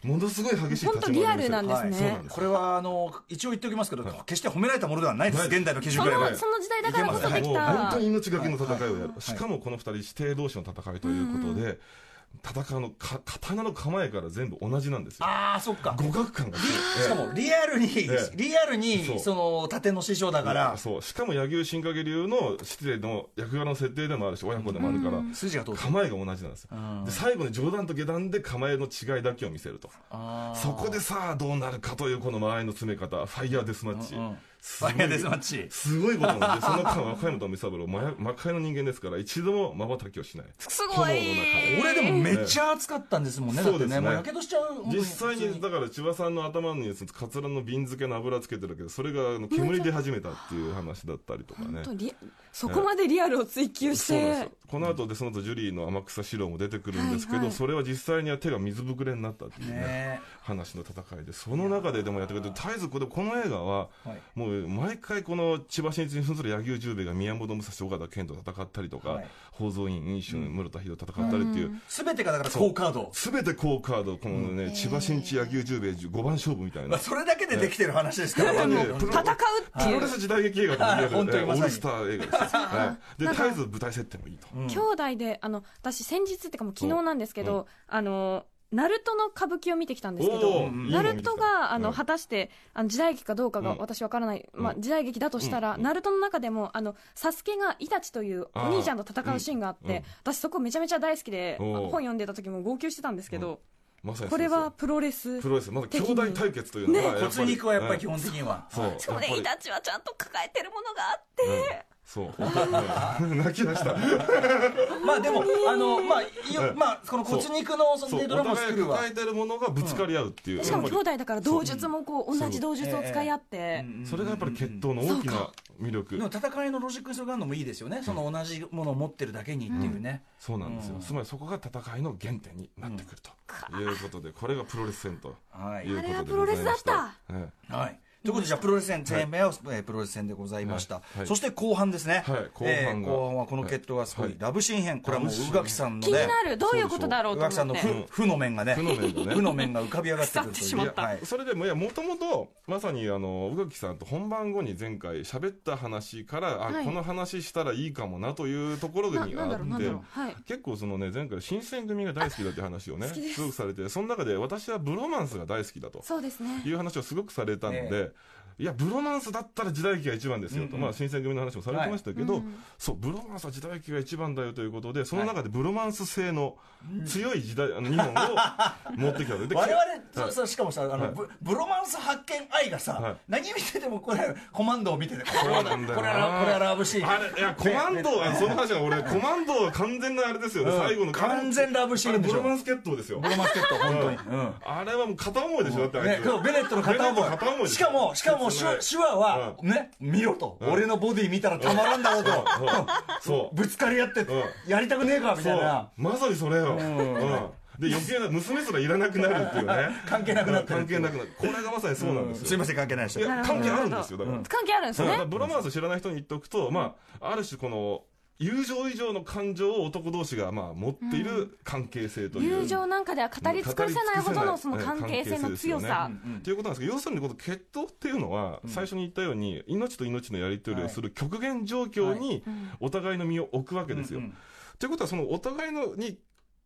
Speaker 4: ものすごい激しい立ち
Speaker 3: 本当
Speaker 4: 回りを
Speaker 3: リア
Speaker 4: 見
Speaker 3: ル
Speaker 4: せる
Speaker 3: なんです
Speaker 2: はい
Speaker 3: ね。
Speaker 4: そうなんです
Speaker 2: これはあの一応言っておきますけど決して褒められたものではないです
Speaker 4: はい
Speaker 2: 現代の基準
Speaker 3: そ
Speaker 2: ぐらいは
Speaker 3: のその時代だからこそでき
Speaker 4: もう本
Speaker 3: た
Speaker 4: 当。に命がけの戦いをやる、
Speaker 2: はい
Speaker 4: しかもこの二人指定同士の戦いということで、戦うのか刀の構えから全部同じなんですよ
Speaker 2: ああそっか
Speaker 4: 互角感がすごい
Speaker 2: しかもリアルに
Speaker 4: ええ
Speaker 2: リアルに
Speaker 4: そう
Speaker 2: その盾の師匠だか
Speaker 4: ええ
Speaker 2: ら
Speaker 4: そうしかも柳生新陰流の指定の役柄の設定でもあるし親子でもあるから、
Speaker 2: 筋が通ってる
Speaker 4: 構えが同じなんですよ、
Speaker 2: うん
Speaker 4: で最後に上段と下段で構えの違いだけを見せると
Speaker 2: あー
Speaker 4: そこでさあどうなるかというこの間合いの詰め方ファイヤーデスマッチ、
Speaker 2: うんうん
Speaker 4: す
Speaker 2: ファ
Speaker 4: ごい
Speaker 2: イヤーデスマッチ
Speaker 4: すごいことなんで、その間、若山と三三郎、まや魔界の人間ですから、一度も瞬きをしない。
Speaker 3: すごい。
Speaker 4: 炎
Speaker 2: 俺でもめっちゃ熱かったんですもんねだっ
Speaker 4: そ
Speaker 2: て
Speaker 4: うで
Speaker 2: ね
Speaker 4: すね
Speaker 2: もうやけどしちゃう
Speaker 4: 実際
Speaker 2: 本当
Speaker 4: に、だから千葉さんの頭に、カツラの瓶漬けの油つけてるけど、それがあの煙出始めたっていう話だったりとか
Speaker 3: 本。
Speaker 4: ね
Speaker 3: 当リそこまでリアルを追求し
Speaker 4: そうなんです
Speaker 3: て
Speaker 4: よ。この後でその後ジュリーの天草四郎も出てくるんですけど、
Speaker 3: はいはい
Speaker 4: それは実際には手が水ぶくれになったっていうね
Speaker 2: ね
Speaker 4: 話の戦いでその中ででもやってくれて絶えずこれこの映画は、
Speaker 2: はい
Speaker 4: もう毎回この千葉真一に扮する柳生十兵衛が宮本武蔵岡田健と戦ったりとか、
Speaker 2: はい
Speaker 4: 宝蔵院飲酒室田秀と戦ったりっていう。
Speaker 2: 全てがだから好カード
Speaker 4: 全て好カード、このね、千葉真一、野球十兵衛、5番勝負みたい
Speaker 2: ま
Speaker 4: な
Speaker 2: あ、。それだけでできてる話ですから、
Speaker 4: いやでも
Speaker 2: 本当に
Speaker 4: プ
Speaker 3: 戦うって
Speaker 4: プ
Speaker 3: い
Speaker 4: ロレ
Speaker 3: う。
Speaker 4: ス時代劇映画と
Speaker 2: はい
Speaker 4: 言
Speaker 2: 本
Speaker 4: わ
Speaker 2: 当
Speaker 4: れ
Speaker 2: に
Speaker 4: る、
Speaker 2: まさ
Speaker 4: オ
Speaker 2: に
Speaker 4: ールスター映画 ですよ。はいで、
Speaker 3: なんか
Speaker 4: 絶えず舞台設定もいいと。
Speaker 2: うん
Speaker 3: 兄弟で、あの、私先日っていうかもう昨日なんですけ
Speaker 4: お
Speaker 3: ど、あの、ナルトの歌舞伎を見てきたんですけ
Speaker 4: お
Speaker 3: ど
Speaker 4: ー、いい
Speaker 3: ナ
Speaker 4: の
Speaker 3: ルトが、あの、
Speaker 4: うん
Speaker 3: 果たして、あの、時代劇かどうかが
Speaker 4: うん
Speaker 3: 私わからない、まあ、
Speaker 4: うん
Speaker 3: 時代劇だとしたら、
Speaker 4: うん
Speaker 3: ナルトの中でも、あの、サスケがイタチというお
Speaker 4: あー
Speaker 3: 兄ちゃんと戦うシーンがあっ
Speaker 4: うんう
Speaker 3: て
Speaker 4: ん、
Speaker 3: 私そこめちゃめちゃ大好きで、
Speaker 4: おー
Speaker 3: 本読んでた時も号泣してたんですけど、
Speaker 4: まさにそ
Speaker 3: こ
Speaker 4: うで
Speaker 3: れ
Speaker 4: すよ
Speaker 3: はプロレス。
Speaker 4: プロレス、まだ兄弟対決というのがやっぱり。
Speaker 2: 骨肉はやっぱり基
Speaker 4: うん
Speaker 2: 本的には、
Speaker 4: そう。
Speaker 3: しかもね、
Speaker 4: やっ
Speaker 3: イ
Speaker 4: ぱ
Speaker 3: タチはちゃんと抱えてるものがあって、
Speaker 4: そう 本当にね泣き出した
Speaker 2: まあでもあのまあいよまあこの
Speaker 4: そう
Speaker 2: 骨肉のそ
Speaker 4: そ
Speaker 2: の
Speaker 4: う
Speaker 2: デド
Speaker 4: お
Speaker 2: ラマ
Speaker 4: 互
Speaker 2: ス
Speaker 4: い
Speaker 2: クールは
Speaker 4: 抱えてるものがぶつかり合うっていう、
Speaker 3: しかも
Speaker 4: やっ
Speaker 3: 兄
Speaker 4: ぱり
Speaker 3: 弟だから道術もこう
Speaker 4: そう
Speaker 3: 同じ道術を使い合って
Speaker 4: それがやっぱり決闘の大きな魅力
Speaker 2: でも戦いのロジックにするのもいいですよね、その同じものを持ってるだけにっていうね、
Speaker 4: そうなんですよ、
Speaker 2: うん
Speaker 4: つまりそこが戦いの原点になってくるということで、これがプロレス戦と
Speaker 2: はい
Speaker 4: いうこと
Speaker 3: あ
Speaker 4: で
Speaker 3: れがプ
Speaker 4: ご
Speaker 3: ロ
Speaker 4: ざ
Speaker 3: レ
Speaker 4: い
Speaker 3: ス
Speaker 4: ま
Speaker 3: だっ
Speaker 4: したた、え
Speaker 2: はいということで、じゃあ、プロレス戦、前面はえープロレス戦でございました、
Speaker 4: はいはい
Speaker 2: そして後半ですね、
Speaker 4: はい後半が
Speaker 2: えー後半はこの決闘がすごい、
Speaker 4: はい
Speaker 2: ラブシーン編、これはもう
Speaker 4: ラブシ
Speaker 2: 宇
Speaker 4: ーン
Speaker 2: 垣さんの
Speaker 3: 気に
Speaker 2: ね、
Speaker 3: なるどういうことだろう
Speaker 2: 宇
Speaker 3: と
Speaker 2: 垣さん
Speaker 3: 思
Speaker 2: の
Speaker 3: っ
Speaker 2: 負
Speaker 3: て
Speaker 2: 負の面がね、
Speaker 4: 負の面がね
Speaker 2: 負の面が浮かび上がってくると
Speaker 3: 腐って
Speaker 2: い
Speaker 3: し
Speaker 2: う
Speaker 3: まった
Speaker 2: はい
Speaker 4: えそれでもいやもともとまさにあの宇垣さんと本番後に前回喋った話から、
Speaker 3: は
Speaker 4: あ
Speaker 3: い
Speaker 4: この話したらいいかもなというところ
Speaker 3: な
Speaker 4: に
Speaker 3: なん
Speaker 4: あ
Speaker 3: だろうな
Speaker 4: っ
Speaker 3: んだ
Speaker 4: て
Speaker 3: ろうはい
Speaker 4: 結構そのね前回新選組が大好きだって話を ね
Speaker 3: 好きです
Speaker 4: ごくされてその中で私はブロマンスが大好きだと
Speaker 3: そうですね
Speaker 4: いう話をすごくされたので、
Speaker 2: え
Speaker 4: いやブロマンスだったら時代劇が一番ですよと、
Speaker 2: うんうん
Speaker 4: まあ、新選組の話もされてましたけど、
Speaker 3: はいうん
Speaker 4: そうブロマンスは時代劇が一番だよということでその中でブロマンス性の強い時代、あの2本を持ってきたのでで
Speaker 2: 我々、
Speaker 4: は
Speaker 2: そ
Speaker 4: いう
Speaker 2: そうしかもさあの、
Speaker 4: はい
Speaker 2: ブブロマンス発見愛がさ、
Speaker 4: はい
Speaker 2: 何見ててもこれコマンドを見ててこれ
Speaker 4: そう
Speaker 2: は
Speaker 4: なんだよな
Speaker 2: これはこれはラブシーン
Speaker 4: あれいやコマンドは、その話は俺コマンドは完全なあれですよね、
Speaker 2: うん
Speaker 4: 最後の
Speaker 2: 完全ラブシーン
Speaker 4: あれ
Speaker 2: でし
Speaker 4: ブ
Speaker 2: ょ
Speaker 4: ロマンス決闘ですよ
Speaker 2: ブロマンスケット本当に、うん
Speaker 4: あれはもう片思いでしょ、だってあ
Speaker 2: ね
Speaker 4: い、つ、
Speaker 2: そうベネットの片思い
Speaker 4: ベネットの片思いです
Speaker 2: しかもしかも手話手話は、
Speaker 4: う
Speaker 2: ね見ろと、
Speaker 4: ん
Speaker 2: 俺のボディ見たらたまらんだろうと、
Speaker 4: そう
Speaker 2: ぶつかり合って、
Speaker 4: う
Speaker 2: やりたくねえかみたいな
Speaker 4: そうまさにそれよ、うんで余計な娘すらいらなくなるっていうね
Speaker 2: 関係なくなってる
Speaker 4: 関係なくなるこれがまさにそうなんですよ、
Speaker 2: すいません関係ないです
Speaker 4: い
Speaker 2: よ
Speaker 4: や関係あるんですよだから,、
Speaker 3: 関係あるんです
Speaker 4: だから
Speaker 3: ね
Speaker 4: ブロマンスを知らない人に言っておくと、まあ、ある種この友情以上の感情を男同士がまあ持っている関係性という、
Speaker 3: 友情なんかでは語り尽くせないほどのその関係性の強さ
Speaker 4: ということなんですけど要するにこの決闘っていうのは最初に言ったように命と命のやり取りをする極限状況にお互いの身を置くわけですよ。
Speaker 2: うんうん
Speaker 4: ということはそのお互いのに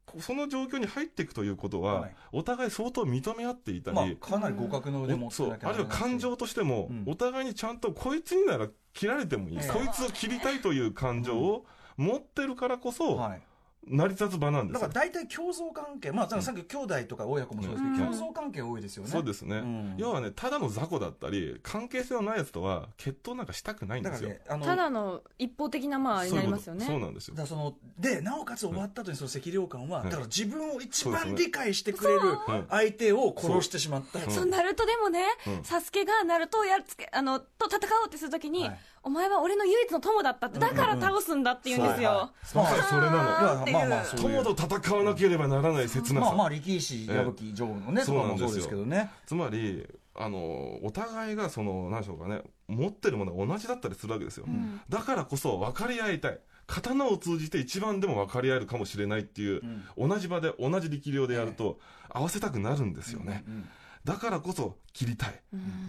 Speaker 4: こその状況に入っていくということ
Speaker 2: は
Speaker 4: はいお互い相当認め合っていたり、
Speaker 2: まあかなり互角の腕も
Speaker 4: おそうあるいは感情としても
Speaker 2: うん
Speaker 4: お互いにちゃんとこいつになら切られてもいい、
Speaker 2: ええ
Speaker 4: こいつを切りたいという感情を持ってるからこそ
Speaker 2: はい
Speaker 4: 成り立つ場なんで
Speaker 2: だ
Speaker 4: す
Speaker 2: か
Speaker 4: よ
Speaker 2: ら。大体共存関係まあだからさっき兄弟とか親子もそうですけど、
Speaker 3: うん
Speaker 2: 共存関係多いですよね
Speaker 4: そうですね、
Speaker 2: うん
Speaker 4: 要はねただの雑魚だったり関係性のないやつとは決闘なんかしたくないん
Speaker 2: だ
Speaker 4: で
Speaker 2: か
Speaker 4: す
Speaker 2: ら
Speaker 4: よ
Speaker 2: ねあの
Speaker 3: ただの一方的なまああれに
Speaker 4: そう
Speaker 3: ないり
Speaker 4: うこ
Speaker 3: ま
Speaker 4: と
Speaker 3: すよ
Speaker 4: そう
Speaker 3: ね
Speaker 4: なんですよ
Speaker 2: だからそのでなおかつ終わった後にその赤涼感は、
Speaker 4: い
Speaker 2: だから自分を一
Speaker 4: そ
Speaker 2: 番
Speaker 4: うですね
Speaker 2: 理解してくれる
Speaker 4: はい
Speaker 2: 相手を殺してしまった、
Speaker 4: ん
Speaker 3: そうナルトでもね
Speaker 4: うん
Speaker 3: サスケがナルトをやっつけあのと戦おうってするときに
Speaker 2: はい
Speaker 3: お前は俺の唯一の友だったってだから倒すんだって言うんですよ
Speaker 2: まあ
Speaker 4: はいそれなの
Speaker 3: あーっていう
Speaker 2: まあまあそういう
Speaker 4: 友と戦わなければならない切な
Speaker 2: まあ
Speaker 4: さ、
Speaker 2: まあ力石矢吹女王のね、
Speaker 4: え
Speaker 2: とかも
Speaker 4: えそうなんですよ
Speaker 2: そうですけどね
Speaker 4: つまりあのお互いがその何でしょうかね持ってるものが同じだったりするわけですよ、
Speaker 3: ん
Speaker 4: だからこそ分かり合いたい刀を通じて一番でも分かり合えるかもしれないっていう、同じ場で同じ力量でやると合わせたくなるんですよね、
Speaker 2: うん
Speaker 4: だからこそ切りたい、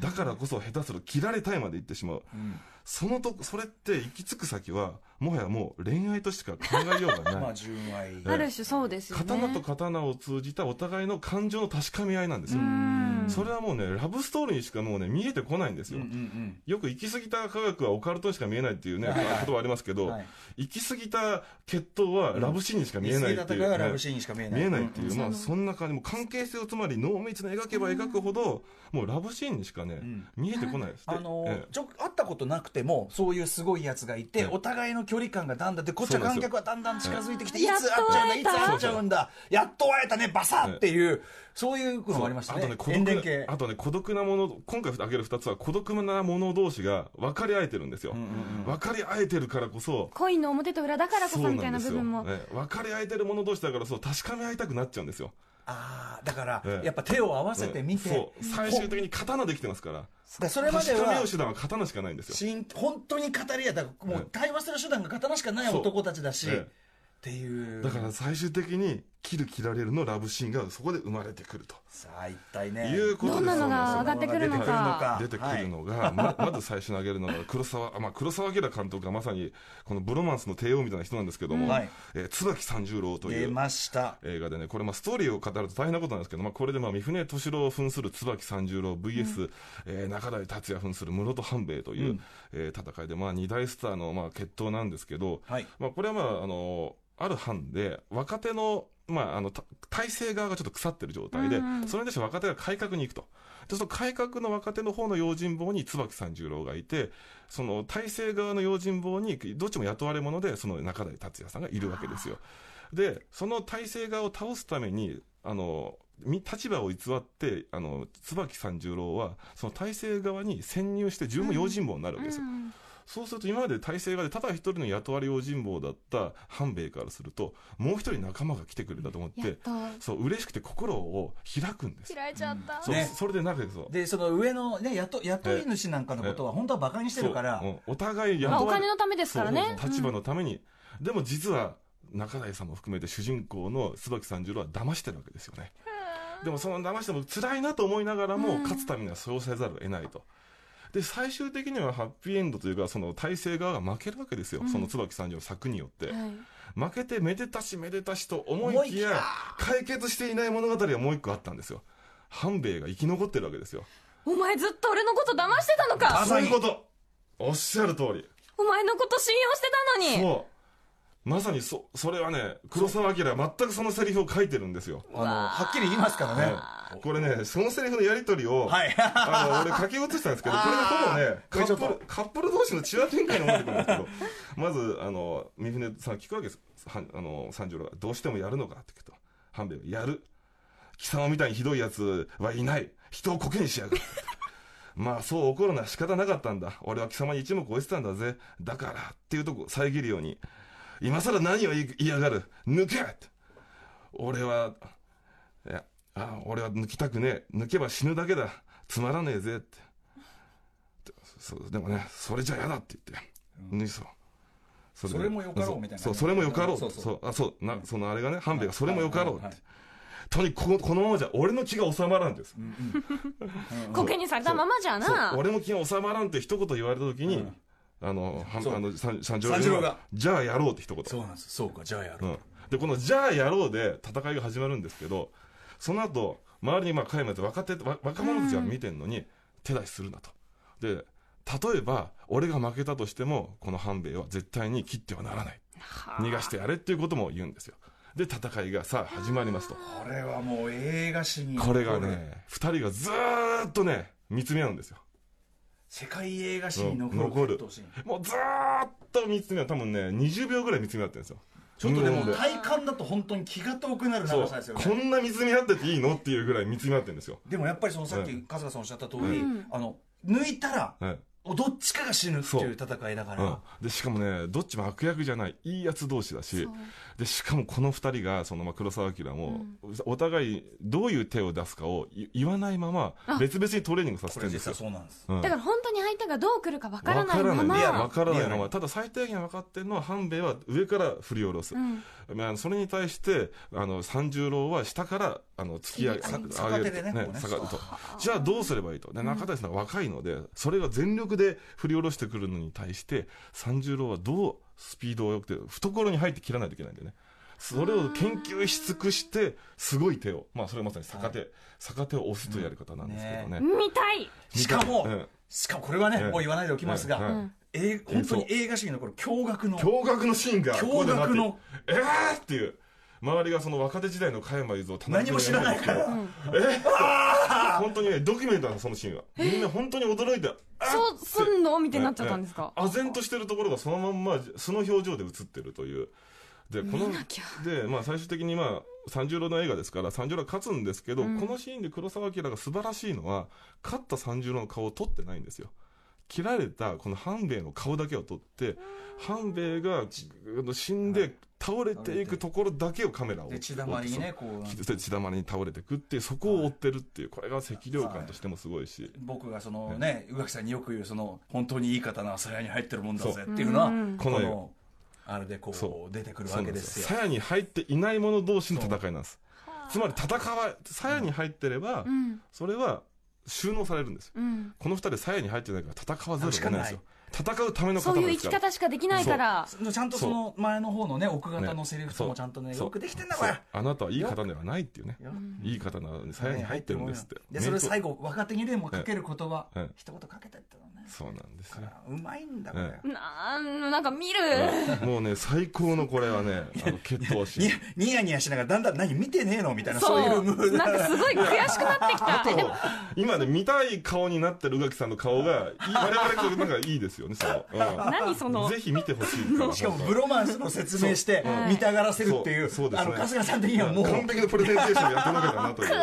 Speaker 4: だからこそ下手すると切られたいまで行ってしまう、
Speaker 2: ん
Speaker 4: そのとそれって行き着く先はもはやもう恋愛としか考えよう が
Speaker 2: ま
Speaker 4: な
Speaker 2: あ
Speaker 4: い
Speaker 2: 純愛、
Speaker 3: ある種そうですよね
Speaker 4: 刀と刀を通じたお互いの感情の確かめ合いなんですよ、
Speaker 3: うん
Speaker 4: それはもうねラブストーリーにしかもうね見えてこないんです
Speaker 2: うん
Speaker 4: よ、
Speaker 2: うんうん
Speaker 4: よく行き過ぎた科学はオカルトにしか見えないっていうね、
Speaker 2: はいはい
Speaker 4: ことはありますけど、
Speaker 2: はい
Speaker 4: 行き過ぎた決闘はラブシーンにしか見えないっていう、
Speaker 2: がラブシーンにしか見えない
Speaker 4: 見えないっていう、
Speaker 3: うん
Speaker 4: ま
Speaker 3: う
Speaker 4: あ
Speaker 3: ん
Speaker 4: そんな感じ、もう関係性をつまり濃密に描けば描くほど、もうラブシーンにしかね、
Speaker 2: ん
Speaker 4: 見えてこないです。
Speaker 2: あのー
Speaker 4: でええ
Speaker 2: ちょ会ったことなくてもそういうすごいやつがいて、
Speaker 4: ええ
Speaker 2: お互いの距離感がだんだんでこっちは
Speaker 4: そうなん
Speaker 2: 観
Speaker 4: ですよ
Speaker 2: 客がだんだん近づいてきて、
Speaker 3: ええ
Speaker 2: いつ会っちゃうんだいつ
Speaker 3: や
Speaker 2: 会っ
Speaker 3: っと
Speaker 4: 会えた
Speaker 2: ちゃうんだやっと会えたねバサッっていう、そういうのもありました
Speaker 4: あとね
Speaker 2: ね
Speaker 4: 孤
Speaker 2: 塩田
Speaker 4: 独
Speaker 2: 系
Speaker 4: なあとね孤独なもの今回挙げる2つは孤独なもの同士が分かり合えてるんですよ、分かり合えてるからこそ
Speaker 3: 恋の表と裏だからこ
Speaker 4: そ
Speaker 3: そうみたい
Speaker 4: ん
Speaker 3: な
Speaker 4: です
Speaker 3: 部
Speaker 4: よ
Speaker 3: 分も
Speaker 4: ええ分かり合えてるもの同士だからそう確かめ合いたくなっちゃうんですよ
Speaker 2: ああだから、
Speaker 4: ええ
Speaker 2: やっぱ手を合わせてみて、
Speaker 4: うんそう最終的に刀できてますから
Speaker 2: だからそれまで
Speaker 4: 確かめ
Speaker 2: は
Speaker 4: る手段は刀しかないんですよ
Speaker 2: しん本当に語り合いだからもう
Speaker 4: ええ
Speaker 2: 対話する手段が刀しかない
Speaker 4: そう
Speaker 2: 男たちだし、
Speaker 4: ええ
Speaker 2: っていう
Speaker 4: だから最終的に切る切られるのラブシーンがそこで生まれてくると
Speaker 2: さあ一体ね
Speaker 4: いうこと
Speaker 3: ど
Speaker 4: で
Speaker 3: んなの
Speaker 4: そ
Speaker 3: が
Speaker 4: う
Speaker 3: 上が
Speaker 4: なん
Speaker 3: っ
Speaker 4: です
Speaker 3: てくるの
Speaker 2: 上がってくるのか
Speaker 3: か
Speaker 4: 出てくるのが、ままず最初に挙げるのが黒沢、あ まあ、黒沢明監督がまさにこのブロマンスの帝王みたいな人なんですけども、
Speaker 2: はい
Speaker 4: えー椿三十郎とい
Speaker 2: 出
Speaker 4: う
Speaker 2: ました
Speaker 4: 映画でねこれまあストーリーを語ると大変なことなんですけど、まあ、これでまあ三船敏郎扮する椿三十郎 VS、えー中台達也扮する室戸半兵衛という、えー戦いで、まあ、二大スターのまあ決闘なんですけど、
Speaker 2: はい
Speaker 4: まあ、これはまああのある班で若手の,、まあ、あのた体制側がちょっと腐ってる状態で、
Speaker 3: うんうん
Speaker 4: それに対して若手が改革に行くとで、その改革の若手の方の用心棒に椿三十郎がいて、その体制側の用心棒に、どっちも雇われ者で、その中台達也さんがいるわけですよ。で、その体制側を倒すために、あの、み立場を偽って、あの、椿三十郎は、その体制側に潜入して自分も用心棒になるわけですよ。
Speaker 3: うん
Speaker 4: そうすると今まで体制側でただ一人の雇われ用心棒だった半兵衛からすると、もう一人仲間が来てくれたと思っ、
Speaker 3: やってと
Speaker 4: そう、嬉しくて心を開くんです。
Speaker 3: 開いちゃった、
Speaker 4: そう、
Speaker 2: ね
Speaker 4: それでなんかそう。
Speaker 2: で、その上のね、雇雇い主なんかのことは、本当は馬鹿にしてるから、
Speaker 4: そううんお互い雇
Speaker 3: まあ、お
Speaker 4: われ
Speaker 3: 金のためですからね
Speaker 4: そうそうそう立場のために。でも実は、中台さんも含めて主人公の椿三十郎は騙してるわけですよね。でもその騙しても辛いなと思いながらも、勝つためにはそうせざるを得ないと。で、最終的にはハッピーエンドというか、その体制側が負けるわけですよ。その椿三十郎の策によって。
Speaker 3: はい
Speaker 4: 負けてめでたしめでたしと思いきや、解決していない物語はもう一個あったんですよ。半兵衛が生き残ってるわけですよ。
Speaker 3: お前ずっと俺のこと騙してたの
Speaker 2: あ
Speaker 3: か
Speaker 4: そういうことおっしゃる通り。
Speaker 3: お前のこと信用してたのに
Speaker 4: そう。まさにそ、それはね、黒沢明は全くそのセリフを書いてるんですよ。
Speaker 2: あの、はっきり言いますからね。
Speaker 4: はいこれね、そのセリフのやりとりを、
Speaker 2: はい。
Speaker 4: あの、俺書き写したんですけど、これで
Speaker 2: これち
Speaker 4: ほ
Speaker 2: ょっ
Speaker 4: ぼ
Speaker 2: と
Speaker 4: ね、カップル、カップル同士のチワ展開に思ってくるんですけど、まず、あの、三船さん聞くわけです。はあの、三条郎が、どうしてもやるのかって聞くと。半兵衛が、やる。貴様みたいにひどい奴はいない。人をコケにしやがる。 まあそう怒るのは仕方なかったんだ。俺は貴様に一目置いてたんだぜ。だから、っていうとこ遮るように。今更何を言い言いやがる。抜けって俺は、いや、あ俺は抜きたくねえ。抜けば死ぬだけだ。つまらねえぜって。でそうでもね、それじゃ嫌だって言って。脱いそう。そで
Speaker 2: それもよかろうみたいな
Speaker 4: そう、それもよかろうって。
Speaker 2: そ
Speaker 4: そうう
Speaker 2: そう
Speaker 4: あ、そう、な、そのあれがね、半兵衛がそれもよかろうって。
Speaker 2: はいはい
Speaker 4: とにかくここのままじゃ俺の気が収まらんです。
Speaker 3: コケにされたままじゃな
Speaker 4: そう俺も気が収まらんって一言言われた時に、
Speaker 2: うん
Speaker 4: あの、は
Speaker 2: そう
Speaker 4: あの三三条
Speaker 2: 三条が
Speaker 4: じゃあやろうって一言。
Speaker 2: そうなんです。そうか、じゃあや
Speaker 4: う
Speaker 2: ろう。
Speaker 4: ん、で、このじゃあやろうで戦いが始まるんですけど、その後、周りにまあ、加山って若手、わ若者たちが見てんのに、手出しするなと。で、例えば、俺が負けたとしても、この半兵衛は絶対に切ってはならない。逃がしてやれっていうことも言うんですよ。で、戦いがさあ始まりますと。
Speaker 2: これはもう映画史に。
Speaker 4: これが。ね、二人がずーっとね、見つめ合うんですよ。
Speaker 2: 世界映画史に残
Speaker 4: うん残
Speaker 2: る
Speaker 4: る
Speaker 2: 決闘シーン。
Speaker 4: もうずーっと見つめ合う多分ね、20秒ぐらい見つめ合ってるんですよ。
Speaker 2: ちょっとでも
Speaker 4: 無音
Speaker 2: 体感だと本当に気が遠くなる
Speaker 4: そ
Speaker 2: 長
Speaker 4: う
Speaker 2: さですよ
Speaker 4: こ
Speaker 2: ね。
Speaker 4: んな見つめ合ってていいのっていうぐらい見つめ合ってるんですよ。
Speaker 2: でもやっぱりそのさっき
Speaker 4: う
Speaker 2: 春日さんおっしゃった通り、
Speaker 4: うん
Speaker 2: あの、抜いたら、
Speaker 4: はい。
Speaker 2: どっちかが死ぬっていう戦いだから。
Speaker 4: うん、でしかもねどっちも悪役じゃないいいやつ同士だし
Speaker 3: そう
Speaker 4: でしかもこの二人がその、まあ、黒澤明も、お互いどういう手を出すかをい言わないまま別々にトレーニングさせ
Speaker 2: こ
Speaker 4: てる
Speaker 2: れ
Speaker 4: んで
Speaker 2: 実
Speaker 4: す
Speaker 2: は
Speaker 4: よ。
Speaker 2: そうなんです。
Speaker 4: うん
Speaker 3: だから本当に相手がどう来るかわからない
Speaker 4: わ
Speaker 3: ま
Speaker 4: から
Speaker 3: ま
Speaker 4: ない
Speaker 2: や
Speaker 4: わからない
Speaker 2: リア
Speaker 4: の
Speaker 2: ルに
Speaker 4: はただ最低限分かってるのは半兵衛は上から振り下ろす、まあ、それに対してあの三十郎は下からあの突き上げ
Speaker 2: さ
Speaker 4: さ上
Speaker 2: 逆
Speaker 4: げ
Speaker 2: 手でねこうね
Speaker 4: 下がるとじゃあどうすればいいとで中谷さんは若いのでそれが全力で振り下ろしてくるのに対して三十郎はどうスピードをよくて懐に入って切らないといけないんだよねそれを研究し尽くしてすごい手をまあそれはまさに逆手、逆手を押すというやり方なんですけどね,、
Speaker 3: 見たい
Speaker 2: しかも、
Speaker 4: うん
Speaker 2: しかもこれはね、
Speaker 4: うん
Speaker 2: もう言わないでおきますが、
Speaker 4: うんうん
Speaker 2: えー本当に映画史に残る驚愕の。
Speaker 4: 驚愕のシーンがここでなって
Speaker 2: 驚愕の
Speaker 4: えーっていう周りがその若手時代の加山雄三田中
Speaker 2: 何も知らないから。
Speaker 4: えー 本当にねドキュメントなのそのシーンはみんな本当に驚いてあ
Speaker 3: そうすんのみたいになっちゃったんです
Speaker 4: ね
Speaker 3: か
Speaker 4: 唖然としてるところがそのまんまその表情で映ってるというでこの
Speaker 3: なきゃ
Speaker 4: で、まあ、最終的に、まあ、三十郎の映画ですから三十郎は勝つんですけど、このシーンで黒澤明が素晴らしいのは勝った三十郎の顔を撮ってないんですよ切られたこの半兵衛の顔だけを撮って半兵衛があの死んで倒れていくところだけをカメラを追っ
Speaker 2: で、
Speaker 4: て
Speaker 2: 血だまりにね、こう。
Speaker 4: そう血だまりに倒れてくっていうそこを追ってるっていうこれが赤涼感としてもすごいし
Speaker 2: 僕がそのね、宇垣さんによく言う、その、本当にいい刀は鞘に入ってるもんだぜっていうのは、こ
Speaker 4: この
Speaker 2: の、あれでこ、
Speaker 4: そう
Speaker 2: 出てくる
Speaker 4: そ
Speaker 2: わ
Speaker 4: う
Speaker 2: け
Speaker 4: なん
Speaker 2: で
Speaker 4: です
Speaker 2: す
Speaker 4: よ
Speaker 2: よ。
Speaker 4: 鞘に入っていない者同士の戦いなんですつまり戦わ鞘に入ってればそれは収納されるんですよ
Speaker 3: うん
Speaker 4: この二人鞘に入ってないから戦わざるを得ないんですよ戦うための
Speaker 3: そう
Speaker 4: 刀
Speaker 3: いう生
Speaker 4: です
Speaker 3: き
Speaker 4: から
Speaker 3: 方しかできないから。
Speaker 2: ちゃんとその前の方のね、奥方のセリフとかも
Speaker 4: ね
Speaker 2: ちゃんとね、
Speaker 4: そう
Speaker 2: よくできてんだから。
Speaker 4: そうあなたはいい方ではないっていうね
Speaker 2: よ
Speaker 4: いい方なのに鞘に入ってるんですって
Speaker 2: で、それ
Speaker 4: 名刀
Speaker 2: 最後、若手にでもかける言葉
Speaker 4: ええ、
Speaker 2: 一言かけてったのね。
Speaker 4: そうなんですよ
Speaker 2: うまいんだ、これ
Speaker 4: え。
Speaker 3: なん、なんか見る。
Speaker 4: うんもうね最高のこれはねあの決闘シーン
Speaker 2: にニヤニヤしながら、だんだん、何見てねえのみたいな、
Speaker 3: そ
Speaker 2: そういうムー
Speaker 3: う。
Speaker 2: ド
Speaker 3: なんかすごい悔しくなってきた。えでも、
Speaker 4: 今ね、見たい顔になってる宇垣さんの顔が、いい我々これなんかいいですよね、その。
Speaker 3: 何そ
Speaker 4: うん
Speaker 3: の
Speaker 4: ぜ、ひ見てほしいから。
Speaker 2: しかも、ブロマンスの説明して
Speaker 3: そう、
Speaker 2: 見たがらせるっていう
Speaker 4: そうそう、です
Speaker 2: あ
Speaker 4: ね
Speaker 2: の、春日さん的にはもう、
Speaker 4: 完璧なプレゼンテーションやってなきゃなという
Speaker 3: く。ー
Speaker 4: えー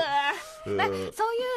Speaker 3: だ からそういう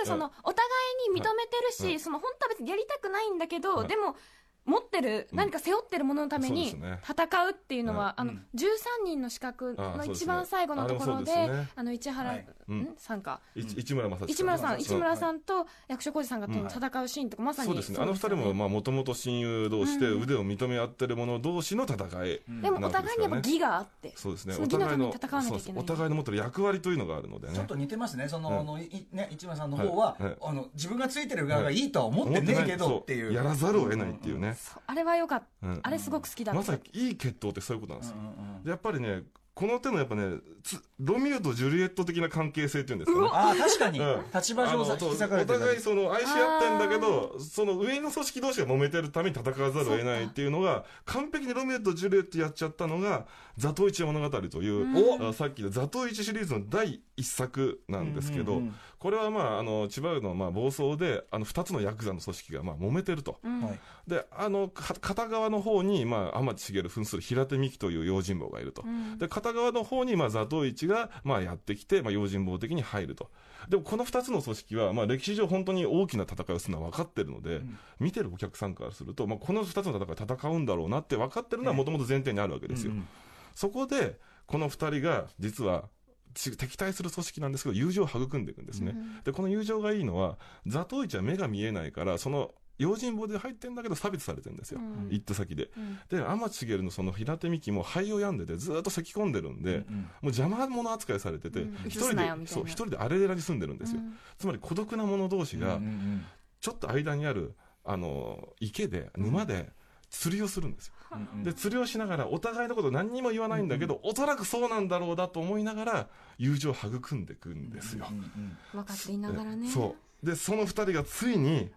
Speaker 3: そのお互いに認めてるし、
Speaker 4: はい
Speaker 3: その本当は別にやりたくないんだけど、
Speaker 4: はい
Speaker 3: でも持ってる
Speaker 4: うん
Speaker 3: 何か背負ってるもののために
Speaker 4: そうですね
Speaker 3: 戦うっていうのは、
Speaker 2: うん
Speaker 3: あ
Speaker 2: う
Speaker 3: の
Speaker 2: ん
Speaker 3: 13人の資格の
Speaker 4: あそうですね
Speaker 3: 一番最後のところで
Speaker 4: あ
Speaker 3: あ
Speaker 4: れもそうですね
Speaker 3: の市原、
Speaker 2: はい
Speaker 4: うん
Speaker 3: んさんか
Speaker 4: いち市村正親
Speaker 3: 市村さ
Speaker 2: うん
Speaker 3: ん市村さんと役所広司さんがと
Speaker 4: うん
Speaker 3: 戦うシーンとかまさに
Speaker 4: そうですね。あの二人も、まあ、もともと親友同士で
Speaker 3: うん
Speaker 4: 腕を認め合ってる者同士の戦い。
Speaker 3: でもお互いにやっぱ義があって、
Speaker 4: そうですね。
Speaker 3: その
Speaker 4: お
Speaker 3: 義のた
Speaker 4: 互
Speaker 3: めに戦わなき
Speaker 4: いの、
Speaker 3: ゃ
Speaker 4: そ
Speaker 3: い
Speaker 4: うです
Speaker 3: けな
Speaker 4: お
Speaker 3: い
Speaker 4: 互いの持ってる役割というのがあるのでね。
Speaker 2: ちょっと似てますね、その、
Speaker 4: うん
Speaker 2: あのいね、市村さんの方は、
Speaker 4: はいはい
Speaker 2: あの、自分がついてる側がいいとは思っ
Speaker 4: 思
Speaker 2: てね
Speaker 4: な
Speaker 2: えけ
Speaker 4: そ
Speaker 2: どっていう。
Speaker 4: やらざるを得ないっていうね。
Speaker 3: そうあれはよかった、
Speaker 4: うん
Speaker 3: あれすごく好きだった、
Speaker 4: まさにいい決闘ってそういうことな
Speaker 2: う
Speaker 4: んで
Speaker 2: ん
Speaker 4: す
Speaker 2: う
Speaker 4: よ
Speaker 2: んうん
Speaker 4: でやっぱりね、この手のやっぱね、つロミオとジュリエット的な関係性っていうんですかね。
Speaker 2: ああ、確かに
Speaker 4: うん、
Speaker 2: 立場上さ、
Speaker 4: あ
Speaker 2: 引
Speaker 4: の
Speaker 2: き裂かれて
Speaker 4: お互い
Speaker 2: る。
Speaker 4: その愛し合ってんだけど、その上の組織同士が揉めてるために戦わざるを得ないっていうのが、完璧にロミオとジュリエットやっちゃったのが、ザトウイチ物語という、あさっきのザトウイチシリーズの第一作なんですけど、
Speaker 2: うんうんうん
Speaker 4: これはまあ、あの、千葉のまあ暴走で、あの、二つのヤクザの組織がまあ揉めてると。
Speaker 3: うん
Speaker 2: はい
Speaker 4: で、あの、か片側の方に、まあ、天地茂扮する平手美紀という用心棒がいると。
Speaker 3: うん
Speaker 4: で、片側の方に、まあ、座頭市が、まあ、やってきて、まあ、用心棒的に入ると。でも、この二つの組織は、まあ、歴史上本当に大きな戦いをするのは分かってるので、見てるお客さんからすると、まあ、この二つの戦い戦うんだろうなって分かってるのはもともと前提にあるわけですよ。
Speaker 2: うんうん
Speaker 4: そこで、この二人が、実は、ち敵対する組織なんですけど、友情を育んでいくんですね。で、この友情がいいのは、座頭市は目が見えないから、その、用心棒で入ってんだけど、差別されてるんですよ。
Speaker 3: うん
Speaker 4: 行った先で。
Speaker 3: うん
Speaker 4: で、天地茂のその平手美紀も肺を病んでて、ずーっと咳き込んでるん
Speaker 2: うん
Speaker 4: で、
Speaker 2: うん
Speaker 4: もう邪魔者扱いされてて
Speaker 3: うん、
Speaker 4: 一
Speaker 3: 移す
Speaker 4: 人
Speaker 3: なよみ
Speaker 4: で、
Speaker 3: たいな
Speaker 4: そう、一人で荒れ寺に住んでるんですよ
Speaker 3: うん。
Speaker 4: つまり孤独な者同士が
Speaker 2: うんう、ん
Speaker 4: ちょっと間にある、あの、池で、沼で、釣りをするんですよ。
Speaker 2: うんうん
Speaker 4: で、釣りをしながら、お互いのこと何にも言わないんだけど、おそらくそうなんだろうだと思いながら、友情を育んでいくんですよ
Speaker 2: う。んうん
Speaker 3: 分かっていながらね
Speaker 4: そう。で、その二人がついに、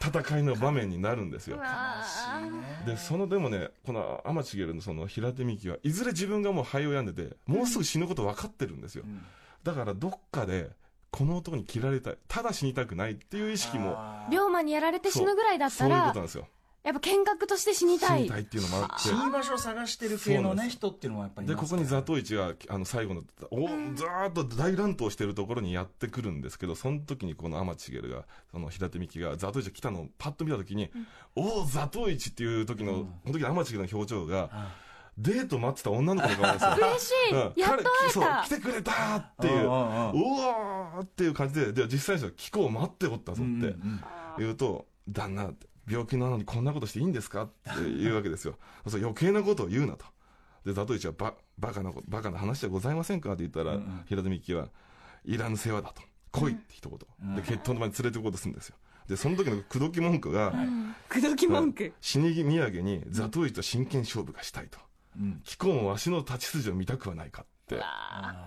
Speaker 4: 戦いの場面になるんですよ
Speaker 3: う。わー
Speaker 2: 悲しいね
Speaker 4: で、その、でもね、この天地茂のその平手美紀は、いずれ自分がもう肺を病んでて、もうすぐ死ぬこと分かってるんですよ。
Speaker 2: うん
Speaker 4: だからどっかで、この男に切られたい。ただ死にたくないっていう意識も、
Speaker 2: あー
Speaker 3: 龍馬にやられて死ぬぐらいだっ
Speaker 4: そ
Speaker 3: た
Speaker 4: ういうこ
Speaker 3: ら
Speaker 4: となんですよ。
Speaker 3: やっぱ見学として死に
Speaker 4: 死
Speaker 3: たい
Speaker 4: にたいっていうのもあ
Speaker 2: 死
Speaker 4: っ
Speaker 2: に場所を探してる系
Speaker 4: そ
Speaker 2: の
Speaker 4: うなん
Speaker 2: ね、
Speaker 4: です
Speaker 2: 人っていうのはやっぱ
Speaker 4: て、
Speaker 2: りい
Speaker 4: で、
Speaker 2: ま
Speaker 4: こ
Speaker 2: す
Speaker 4: こ
Speaker 2: から
Speaker 4: にザトウイチが、あの、最後の、お、ずーっと大乱闘してるところにやってくるんですけど、その時にこの天地茂が、その平手美紀が、ザトウイチが来たのをパッと見た時に、おお、ザトウイチっていう時の、この時の天地茂の表情が、デート待ってた女の子の顔なんです よ。
Speaker 3: 嬉しい、
Speaker 4: うん
Speaker 3: やっと
Speaker 4: 彼そう
Speaker 3: 会
Speaker 4: 来
Speaker 3: え
Speaker 4: てくれたーっていう、
Speaker 2: う
Speaker 4: うん
Speaker 2: うん
Speaker 4: わ
Speaker 2: うん
Speaker 4: ーっていう感じで、で実際にその気候を待っておったぞ
Speaker 2: うんうん
Speaker 4: って
Speaker 2: うん
Speaker 4: 言うと、旦那って、病気なのにこんなことしていいんですかって言うわけですよ。 そう余計なことを言うなと。で、ザトウイチはバ、バカなこと、バカな話じゃございませんかって言ったら、
Speaker 2: うんうん
Speaker 4: 平手美紀は、いらぬ世話だと。来いって一言。で、決闘の場に連れて行こうとするんですよ。で、その時の口説き文句が、
Speaker 3: た口説き文句、
Speaker 4: 死に土産にザトウイチと真剣勝負がしたいと。
Speaker 2: うん
Speaker 4: 貴公もわしの立ち筋を見たくはないかって。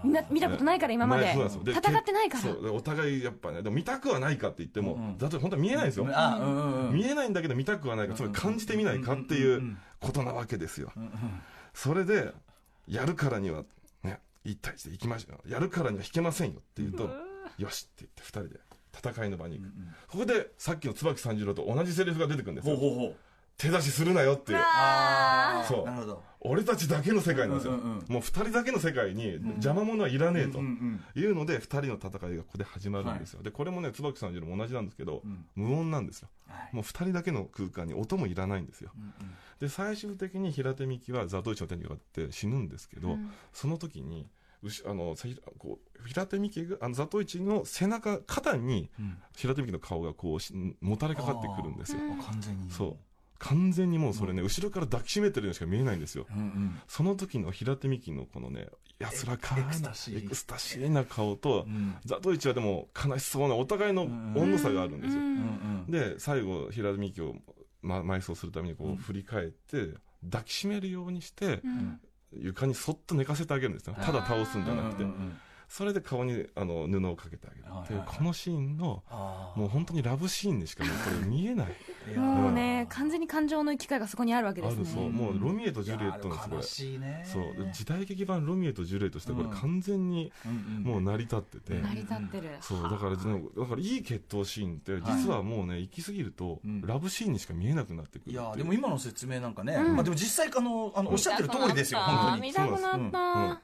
Speaker 3: みんな見たことないから今まで
Speaker 4: 前そうなんすよ
Speaker 3: 戦ってないから
Speaker 4: そうでお互いやっぱねでも見たくはないかって言っても、
Speaker 2: うんうん
Speaker 4: だって本当は見えないんですよ、
Speaker 2: あうんうんうん
Speaker 4: 見えないんだけど見たくはないか、つまり感じてみないかって
Speaker 2: う
Speaker 4: い
Speaker 2: んうんうんう
Speaker 4: うんことなわけですよ、それでやるからにはね一対一で行きましょうやるからには引けませんよって言うと、よしって言って二人で戦いの場に行く、ここでさっきの椿三十郎と同じセリフが出てくるんです
Speaker 2: ほう
Speaker 4: よ
Speaker 2: ほうほう
Speaker 4: 手出しするなよっていう
Speaker 2: あー
Speaker 4: そう
Speaker 2: なるほど
Speaker 4: 俺たちだけの世界なんですよ、
Speaker 2: うんうんうん
Speaker 4: もう二人だけの世界に邪魔者はいらねえと、
Speaker 2: うんうん
Speaker 4: いうので、二人の戦いがここで始まるんですよ。で、これもね、椿さんよりも同じなんですけど、
Speaker 2: ん
Speaker 4: 無音なんですよ。
Speaker 2: はい
Speaker 4: もう二人だけの空間に音もいらないんですよ。で、最終的に平手美紀はザトウイチの手にかかって死ぬんですけど、その時に、うしあのさひこう平手美紀があのザトウイチの背中肩に平手美紀の顔がこうしもたれかかってくるんですよ、
Speaker 2: あ完全に
Speaker 4: そう完全にもうそれね、後ろから抱きしめてるようにしか見えないんですよ、
Speaker 2: うんうん
Speaker 4: その時の平手美紀のこのね、安らかな
Speaker 2: エクスタシー
Speaker 4: エクスタシーな顔と、
Speaker 2: ん
Speaker 4: ザトウイチはでも悲しそうなお互いの温度差があるんですよ。
Speaker 3: うん
Speaker 2: うん
Speaker 4: で、最後、平手美紀をま、埋葬するためにこう振り返って、抱きしめるようにして
Speaker 3: う、ん
Speaker 4: 床にそっと寝かせてあげるんですよ。
Speaker 2: はい
Speaker 4: ただ倒すんじゃなく
Speaker 2: う
Speaker 4: て
Speaker 2: んう。んうん
Speaker 4: それで顔にあの布をかけてあげるってい
Speaker 2: はい
Speaker 4: う
Speaker 2: はいはい、
Speaker 4: このシーンの、
Speaker 2: あー
Speaker 4: もう本当にラブシーンにしかもうこれ見 えない。
Speaker 2: いやー
Speaker 3: もうね、完全に感情の行き換えがそこにあるわけ
Speaker 4: あ
Speaker 3: です
Speaker 4: る、
Speaker 3: ね。
Speaker 4: そう。もうロミエとジュリエットのす
Speaker 2: いやー
Speaker 4: ごい
Speaker 2: 悲。しいね
Speaker 4: そう。で時代劇版ロミエとジュリエットして、これ完全にもう成り立ってて。
Speaker 2: うん
Speaker 3: 成り立ってる。
Speaker 4: そう、だから、だからいい決闘シーンって、
Speaker 2: はい
Speaker 4: 実はもうね、行き過ぎると、
Speaker 2: うん
Speaker 4: ラブシーンにしか見えなくなってくる
Speaker 2: いや
Speaker 4: っ
Speaker 2: ー
Speaker 4: て
Speaker 2: で
Speaker 4: いう
Speaker 2: も今の説明なんかね、
Speaker 3: うん
Speaker 2: まあ、でも実際あのあの
Speaker 4: うん
Speaker 2: おっしゃってる通りですよ、本当に
Speaker 3: 見たくな
Speaker 4: そう
Speaker 3: っ
Speaker 4: ですうん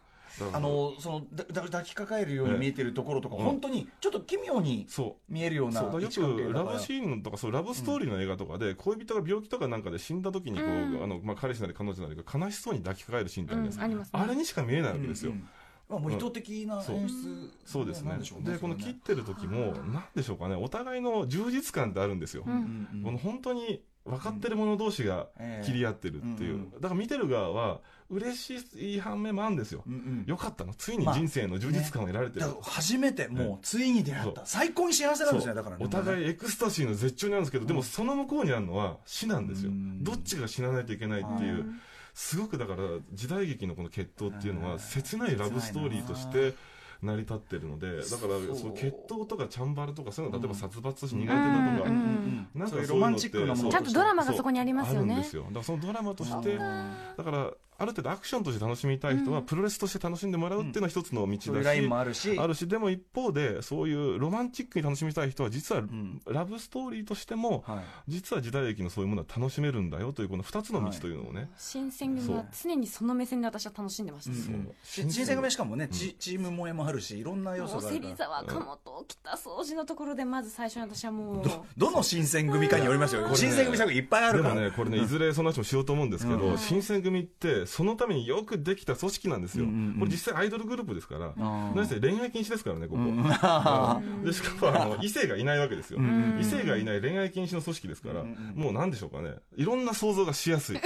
Speaker 3: た。
Speaker 4: だから
Speaker 2: あのそのだだ抱きかかえるように見えてるところとか、
Speaker 4: うん
Speaker 2: 本当にちょっと奇妙に
Speaker 4: そ
Speaker 2: 見えるよ
Speaker 4: う。
Speaker 2: うな
Speaker 4: そうだよ
Speaker 2: 位置関係
Speaker 4: く
Speaker 2: だ
Speaker 4: ラ
Speaker 2: から
Speaker 4: ブシーンとかそうラブストーリーの映画とかで、恋人が病気とかなんかで死んだ時にこう、
Speaker 3: うん
Speaker 4: あのまあ、彼氏なり彼女なりが悲しそうに抱きかかえるシーンってあるじゃ
Speaker 3: うんあ
Speaker 4: ないですか、
Speaker 3: りますね
Speaker 4: あれにしか見えないわけですよ、
Speaker 2: うんうんまあ、もう意図的な演出、
Speaker 4: そうそうですね
Speaker 2: なんしょう
Speaker 4: でこの
Speaker 2: それ
Speaker 4: 切っ
Speaker 2: はね
Speaker 4: てる時もなんでしょうかねお互いの充実感ってあるんですよ、
Speaker 3: う
Speaker 2: うんんうん
Speaker 4: この本当に分かってる者同士が
Speaker 2: ええ
Speaker 4: 切り合ってるっていう、
Speaker 2: うん
Speaker 4: だから見てる側は嬉しい反面もあるんですよ、
Speaker 2: うんうん
Speaker 4: よかったのついに人生の充実感を得られてる、
Speaker 2: だから初めてもうついに出会った、
Speaker 4: う
Speaker 2: 最高に幸せなんですねだからね
Speaker 4: お互いエクスタシーの絶頂にあるんですけど、でもその向こうにあるのは死なんですよ
Speaker 2: うん
Speaker 4: どっちが死なないといけないっていうすごくだから時代劇のこの決闘っていうの
Speaker 2: うん
Speaker 4: は切ないラブストーリーとして成り立ってるのでだから
Speaker 2: そう
Speaker 4: その決闘とかチャンバラとかそういうの例えば殺伐として苦手だ
Speaker 3: う
Speaker 4: とか
Speaker 3: ん
Speaker 2: な
Speaker 4: なんん
Speaker 2: か
Speaker 4: か
Speaker 2: そういう
Speaker 4: そ
Speaker 2: ロ
Speaker 4: ういう
Speaker 2: マ
Speaker 4: の
Speaker 2: ン
Speaker 4: って
Speaker 2: チックなもの
Speaker 3: ちゃんとドラマがそこにあります
Speaker 4: あ
Speaker 3: よ
Speaker 4: るんで
Speaker 3: ね
Speaker 4: す。よだからそのドラマとし
Speaker 2: そ
Speaker 4: て
Speaker 2: うか
Speaker 4: だからある程度アクションとして楽しみたい人はプロレスとして楽しんでもらうっていうのは一つの
Speaker 2: そ
Speaker 4: 道
Speaker 2: ういう
Speaker 4: だ
Speaker 2: ライ
Speaker 4: し
Speaker 2: ンもあるし
Speaker 4: あるし、でも一方で、そういうロマンチックに楽しみたい人は、実は
Speaker 2: ん
Speaker 4: ラブストーリーとしても、
Speaker 2: はい
Speaker 4: 実は時代劇のそういうものは楽しめるんだよという、この2つの道というのをね、
Speaker 3: 新選組は常にその目線で私は楽しんでました
Speaker 2: うん
Speaker 3: ね。
Speaker 4: そう
Speaker 2: し新選組はしかもね、チチーム萌えもあるしいろんな要
Speaker 3: も
Speaker 2: 素
Speaker 3: う
Speaker 2: がある
Speaker 3: 芹
Speaker 2: から
Speaker 3: 沢、鴨と北掃除のところでまず最初に私はもう
Speaker 2: どどの新選組かによりますよ、
Speaker 4: これね
Speaker 2: 新選組作品いっぱいあ
Speaker 4: で
Speaker 2: るか
Speaker 4: も
Speaker 2: ら、
Speaker 4: ね、これね、いずれその話もしようと思うんですけど、
Speaker 3: うん
Speaker 4: 新選組って、そのためによくできた組織なんですよ、
Speaker 2: うんうんうん
Speaker 4: これ、実際アイドルグループですから、
Speaker 2: あー
Speaker 4: 何せ恋愛禁止ですからね、ここ、
Speaker 2: うん
Speaker 4: うんでしか もあの異性がいないわけですよ、
Speaker 2: ん
Speaker 4: 異性がいない恋愛禁止の組織ですから、
Speaker 2: うんうん
Speaker 4: もうなんでしょうかね、いろんな想像がしやすい、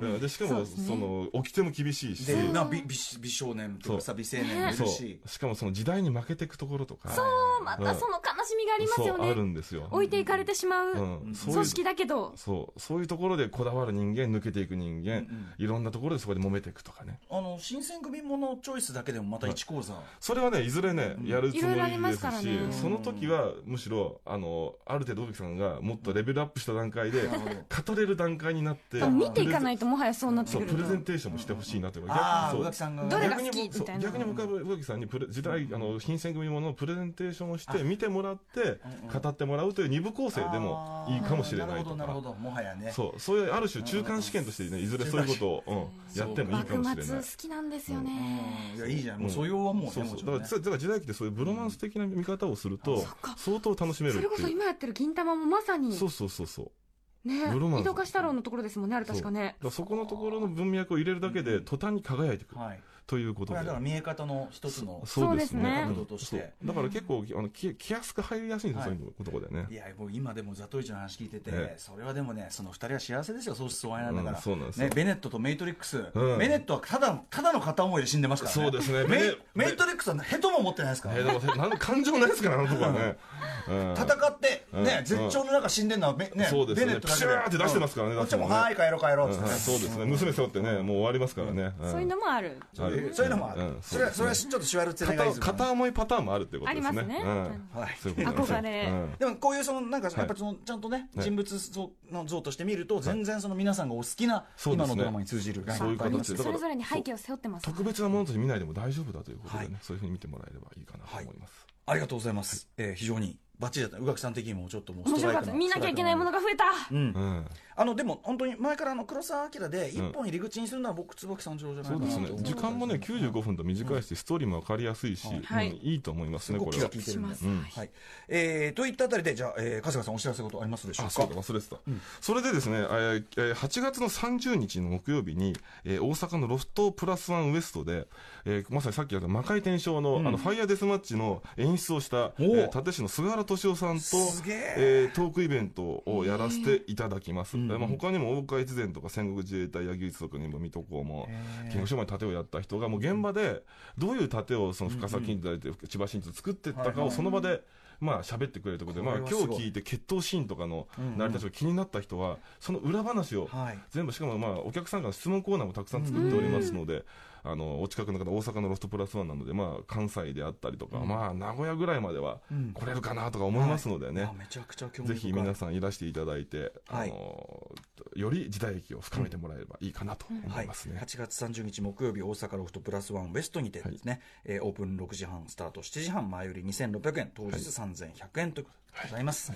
Speaker 4: うんでしかもそ、の掟も厳しいし。
Speaker 2: でな美美美少年とかさ美青年もい
Speaker 4: そ
Speaker 2: る
Speaker 4: う
Speaker 2: し
Speaker 4: しかもその時代に負けていくところとか
Speaker 3: そうまたその悲しみがありますよ
Speaker 4: そうある
Speaker 3: ね。
Speaker 4: んですよ、
Speaker 3: 置いていかれてしま
Speaker 4: う、
Speaker 3: うん
Speaker 4: そうい
Speaker 3: 組
Speaker 4: う
Speaker 3: 織だけど、
Speaker 4: そうそういうところでこだわる人間抜けていく人間、
Speaker 2: ん
Speaker 4: いろんなところでそこで揉めていくとかね
Speaker 2: あの新選組ものチョイスだけでもまた一講座、
Speaker 4: それはねいずれねやる
Speaker 3: い
Speaker 4: つも
Speaker 3: ろいろあ
Speaker 4: り
Speaker 3: り
Speaker 4: で
Speaker 3: ます
Speaker 4: す
Speaker 3: から
Speaker 4: し
Speaker 3: ね
Speaker 4: その時はむしろあのある程度尾崎さんがもっとレベルアップした段階で
Speaker 2: なるほ ど
Speaker 4: 語れる段階になって
Speaker 3: 見ていかないともはやそうなって
Speaker 4: そ
Speaker 3: く
Speaker 4: う
Speaker 3: る
Speaker 4: プレゼン
Speaker 3: と。
Speaker 4: テーションもしてほしいなというか
Speaker 2: ああ
Speaker 4: そう
Speaker 2: 宇垣さんが
Speaker 3: どれが
Speaker 4: 逆に
Speaker 3: 好き
Speaker 4: 僕そう
Speaker 3: みたいな
Speaker 4: 逆に僕は植木さんにプレ時代あの新選組もののプレゼンテーションをし
Speaker 2: あ
Speaker 4: て見てもらって
Speaker 2: うんうん
Speaker 4: 語ってもらうという二部構成でもいいかもしれない
Speaker 2: あ
Speaker 4: と
Speaker 2: ーなるほどな
Speaker 4: か
Speaker 2: るほどもはやね
Speaker 4: そうそういうある種中間試験としてねいずれそういうことを、うん、やってもいいかもし
Speaker 3: 幕
Speaker 4: れ
Speaker 3: 末
Speaker 4: ない
Speaker 3: 好。きなんですよ
Speaker 2: う
Speaker 3: ね
Speaker 2: ん。いやいいじゃん、
Speaker 4: うん
Speaker 2: もう素養はもうね
Speaker 4: そうそう
Speaker 2: もち
Speaker 4: だ
Speaker 2: ろん
Speaker 4: から
Speaker 2: ね
Speaker 4: 実はだから時代劇でそういうブロマンス的な見方をすると相当楽しめる
Speaker 3: そ
Speaker 4: って
Speaker 3: れこそ
Speaker 4: いう
Speaker 3: 今やってる銀玉もまさに
Speaker 4: そうそうそうそう
Speaker 3: ね
Speaker 4: ブロマンス
Speaker 3: 井戸化太郎のところですもんねあれ確かね
Speaker 4: だからそこのところの文脈を入れるだけで途端に輝いてくる
Speaker 2: はい、
Speaker 4: というこ
Speaker 2: ことれは
Speaker 4: で
Speaker 2: だから見え方の一つの
Speaker 4: そうですね
Speaker 2: そうですね角度として
Speaker 4: そうだから結構あのき気安く入りやすいんですよ、
Speaker 2: はい
Speaker 4: そういうとこでね
Speaker 2: いやもう今でもザトウイチの話聞いてて、
Speaker 4: ええ
Speaker 2: それはでもねその二人は幸せですよ相思相愛なんだから、
Speaker 4: うんそうなんですよ
Speaker 2: ね、ベネットとメイトリックス、
Speaker 4: うん
Speaker 2: ベネットはただただの片思いで死んでますからね
Speaker 4: そうです
Speaker 2: メ
Speaker 4: ね
Speaker 2: イ
Speaker 4: ベネ
Speaker 2: メイトリックスはヘトも持ってないですから、
Speaker 4: え
Speaker 2: ね
Speaker 4: ー、でもせなん感情ないですから、あのとこ はね。うん
Speaker 2: 戦って、
Speaker 4: うん
Speaker 2: ね
Speaker 4: うん
Speaker 2: 絶頂の中死んでるのは、ね
Speaker 4: そうですね
Speaker 2: ベネットだけで
Speaker 4: プシューって出してますからね
Speaker 2: うんこっちも
Speaker 4: 出してもね
Speaker 2: はーい帰ろう帰ろうっ
Speaker 4: う
Speaker 2: つ
Speaker 4: ん
Speaker 2: って、
Speaker 4: はいそうですね、娘背負ってね、もう終わりますからね。ん
Speaker 3: そういうのもある。
Speaker 2: そういうそういうのもある、
Speaker 4: うんうん
Speaker 2: それはそれ
Speaker 4: そうで
Speaker 2: は
Speaker 4: す
Speaker 2: ちょっとシュワルツェネッガー
Speaker 4: 片
Speaker 2: イズム
Speaker 4: 片思いパターンもあるってこと
Speaker 3: あ
Speaker 4: で
Speaker 3: り
Speaker 4: す
Speaker 3: ま
Speaker 4: ね。
Speaker 3: すね
Speaker 4: うん
Speaker 2: はい
Speaker 4: そういうことなんですよ
Speaker 3: 憧
Speaker 2: でもこういうそのなんか
Speaker 4: い
Speaker 2: やっぱそのちゃんとね、
Speaker 4: はい
Speaker 2: 人物像の像として見ると全然その皆さんがお好きな
Speaker 4: そうで
Speaker 2: 今
Speaker 4: すね
Speaker 2: のドラマに通じるライン
Speaker 4: そういう
Speaker 2: がありま
Speaker 4: 形
Speaker 2: す
Speaker 4: で
Speaker 2: け
Speaker 4: だ
Speaker 2: ど
Speaker 3: そ
Speaker 4: か
Speaker 3: れぞ
Speaker 4: ら
Speaker 3: れに背景を背負ってます。
Speaker 4: 特別なものとして見ないでも大丈夫だということでね、
Speaker 2: はい
Speaker 4: そういうふうに見てもらえればいいかなと思います。
Speaker 2: ありがとうございます、えー非常にバッチリだった宇垣さん的にもちょっともう
Speaker 3: 面白かった。見なきゃいけないもの
Speaker 2: が
Speaker 3: が増えた。
Speaker 2: うん
Speaker 4: うん
Speaker 2: あのでも本当に前からあの黒澤明で一本入り口にするのは僕椿三郎じゃない
Speaker 4: そ
Speaker 2: か
Speaker 4: う
Speaker 2: な
Speaker 4: ですね
Speaker 2: と思。
Speaker 4: 時間もね、95分と短いし、ストーリーも分かりやすいし、
Speaker 3: はい
Speaker 4: うんいいと思います
Speaker 2: す
Speaker 4: ね、
Speaker 2: ご
Speaker 4: こ
Speaker 2: く気
Speaker 4: れ
Speaker 2: が
Speaker 4: は
Speaker 2: 利。いてるんで、
Speaker 3: します
Speaker 2: はいえーといったあたりでじゃあ、えー春日さんお知らせことありますでしょう
Speaker 4: あ
Speaker 2: か
Speaker 4: そうだ忘れてた、それでですね、えーえー8月の30日の木曜日に、えー大阪のロフトプラスワンウエストで、えーまさにさっきやった魔界転生の,、あのファイヤーデスマッチの演出をした、え
Speaker 2: おう
Speaker 4: ー立石の菅原敏夫さんと
Speaker 2: すげえ
Speaker 4: ートークイベントをやらせていただきます、えーまあ、他にも大岡越前とか戦国自衛隊柳生一族にも水戸黄門剣翔まで盾をやった人がもう現場でどういう盾をその深さ近代で千葉真一作ってったかをその場でまあ喋ってくれるということで、
Speaker 2: こ
Speaker 4: まあ
Speaker 2: れは
Speaker 4: 今
Speaker 2: す
Speaker 4: 日
Speaker 2: ごい
Speaker 4: 聞いて決闘シーンとかの
Speaker 2: うんうん
Speaker 4: 成り立ちが気になった人は、その裏話を
Speaker 2: はい。
Speaker 4: 全部しかもまあお客さんからの質問コーナーもたくさん作っておりますので、あのお近くの方大阪のロフトプラスワンなのでまあ関西であったりとか、
Speaker 2: うん
Speaker 4: まあ名古屋ぐらいまでは
Speaker 2: うん
Speaker 4: 来れるかなとか思いますのでね、
Speaker 2: あめちゃくちゃ興味深
Speaker 4: ぜ
Speaker 2: い。
Speaker 4: ひ皆さんいらしていただいて、
Speaker 2: はい
Speaker 4: あのより時代劇を深めてもらえればいいかなと思
Speaker 2: はいい、
Speaker 4: ますね。
Speaker 2: 8月30日木曜日大阪ロフトプラスワンウエストにてですね、えーオープン6時半スタート7時半前売り2600円当日3100円ということでございます。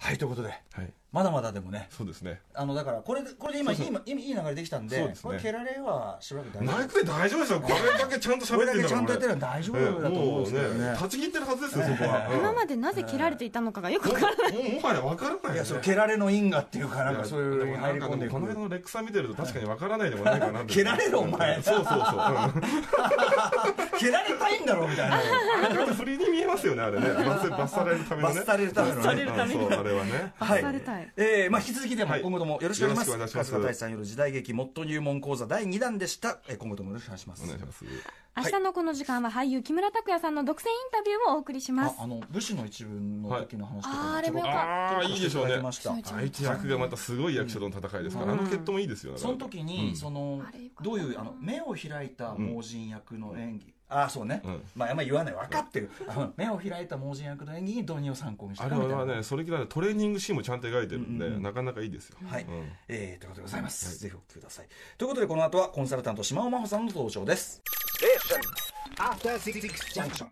Speaker 2: はい、ということで
Speaker 4: はい、
Speaker 2: まだまだでもね
Speaker 4: そうですね。
Speaker 2: あのだからこれでこれで今いい
Speaker 4: そう
Speaker 2: 今いいいい流れできたんで
Speaker 4: そうですね
Speaker 2: これ蹴られはしばらく大丈
Speaker 4: ナイ
Speaker 2: 夫
Speaker 4: フで大丈夫ですよ。これだけちゃんと
Speaker 2: これ
Speaker 4: 喋っ
Speaker 2: だ
Speaker 4: てん
Speaker 2: け
Speaker 4: だ
Speaker 2: ち
Speaker 4: か
Speaker 2: ゃ
Speaker 4: ら
Speaker 2: んとやって
Speaker 4: 俺
Speaker 2: るのは大丈夫だと思うん
Speaker 4: も
Speaker 2: で
Speaker 4: う
Speaker 2: すけどね
Speaker 4: ね、断ち切ってるはずですよ、そこは。うん
Speaker 3: 今までなぜ切られていたのかがよくわからない。
Speaker 4: もうもはや分からないよね
Speaker 2: いやそう蹴られの因果っていうかなんかそういうの
Speaker 4: い
Speaker 2: に
Speaker 4: やな
Speaker 2: 入
Speaker 4: ん
Speaker 2: り
Speaker 4: か
Speaker 2: 込んでい
Speaker 4: この
Speaker 2: く
Speaker 4: 間のレックさん見てると確かに分からないでもないかなって
Speaker 2: 蹴られろお前
Speaker 4: そうそうそう うん
Speaker 2: 蹴られたいんだろうみたいな
Speaker 4: なんか振りに見えますよねあれね罰せ罰されるためのね
Speaker 2: 罰されるためのね
Speaker 4: 罰されるためのねうんそうあれはね
Speaker 3: 罰されたい
Speaker 2: えーまあ、引き続きでも
Speaker 4: はい
Speaker 2: 今後ともよろしくお願いし
Speaker 4: よ
Speaker 2: ま
Speaker 4: ろし
Speaker 2: す。
Speaker 4: くお願いします
Speaker 2: 春日大さんよる時代劇もっと入門講座第2弾でした。えー今後ともよろしくお願いします。
Speaker 4: お願いします
Speaker 3: 明日のこの時間は俳優木村拓哉さんの独占インタビューをお送りします
Speaker 2: あ、。あの、武士の一文の時の話とか
Speaker 3: はいあーあれもよかった
Speaker 4: ああいいでしょうね
Speaker 2: そ
Speaker 4: 相手役がまたすごい役者との戦いですからあの決闘もいいですよね
Speaker 2: その時に、
Speaker 4: うん
Speaker 2: その
Speaker 3: あれよかったな
Speaker 2: どういうあの目を開いた盲人役の演技、ああそうね、
Speaker 4: うん
Speaker 2: まああんまり言わない分かってる、あの目を開いた盲人役の演技に導入を参考にした
Speaker 4: あ
Speaker 2: み
Speaker 4: れ
Speaker 2: たいな
Speaker 4: はねそれきらいトレーニングシーンもちゃんと描いてるんで
Speaker 2: うんうん
Speaker 4: なかなかいいですよ
Speaker 2: はい、
Speaker 4: うん
Speaker 2: えーということでございます、ぜひお聞きくださいということでこの後はコンサルタント島尾真帆さんの登場です
Speaker 1: After Six Junction.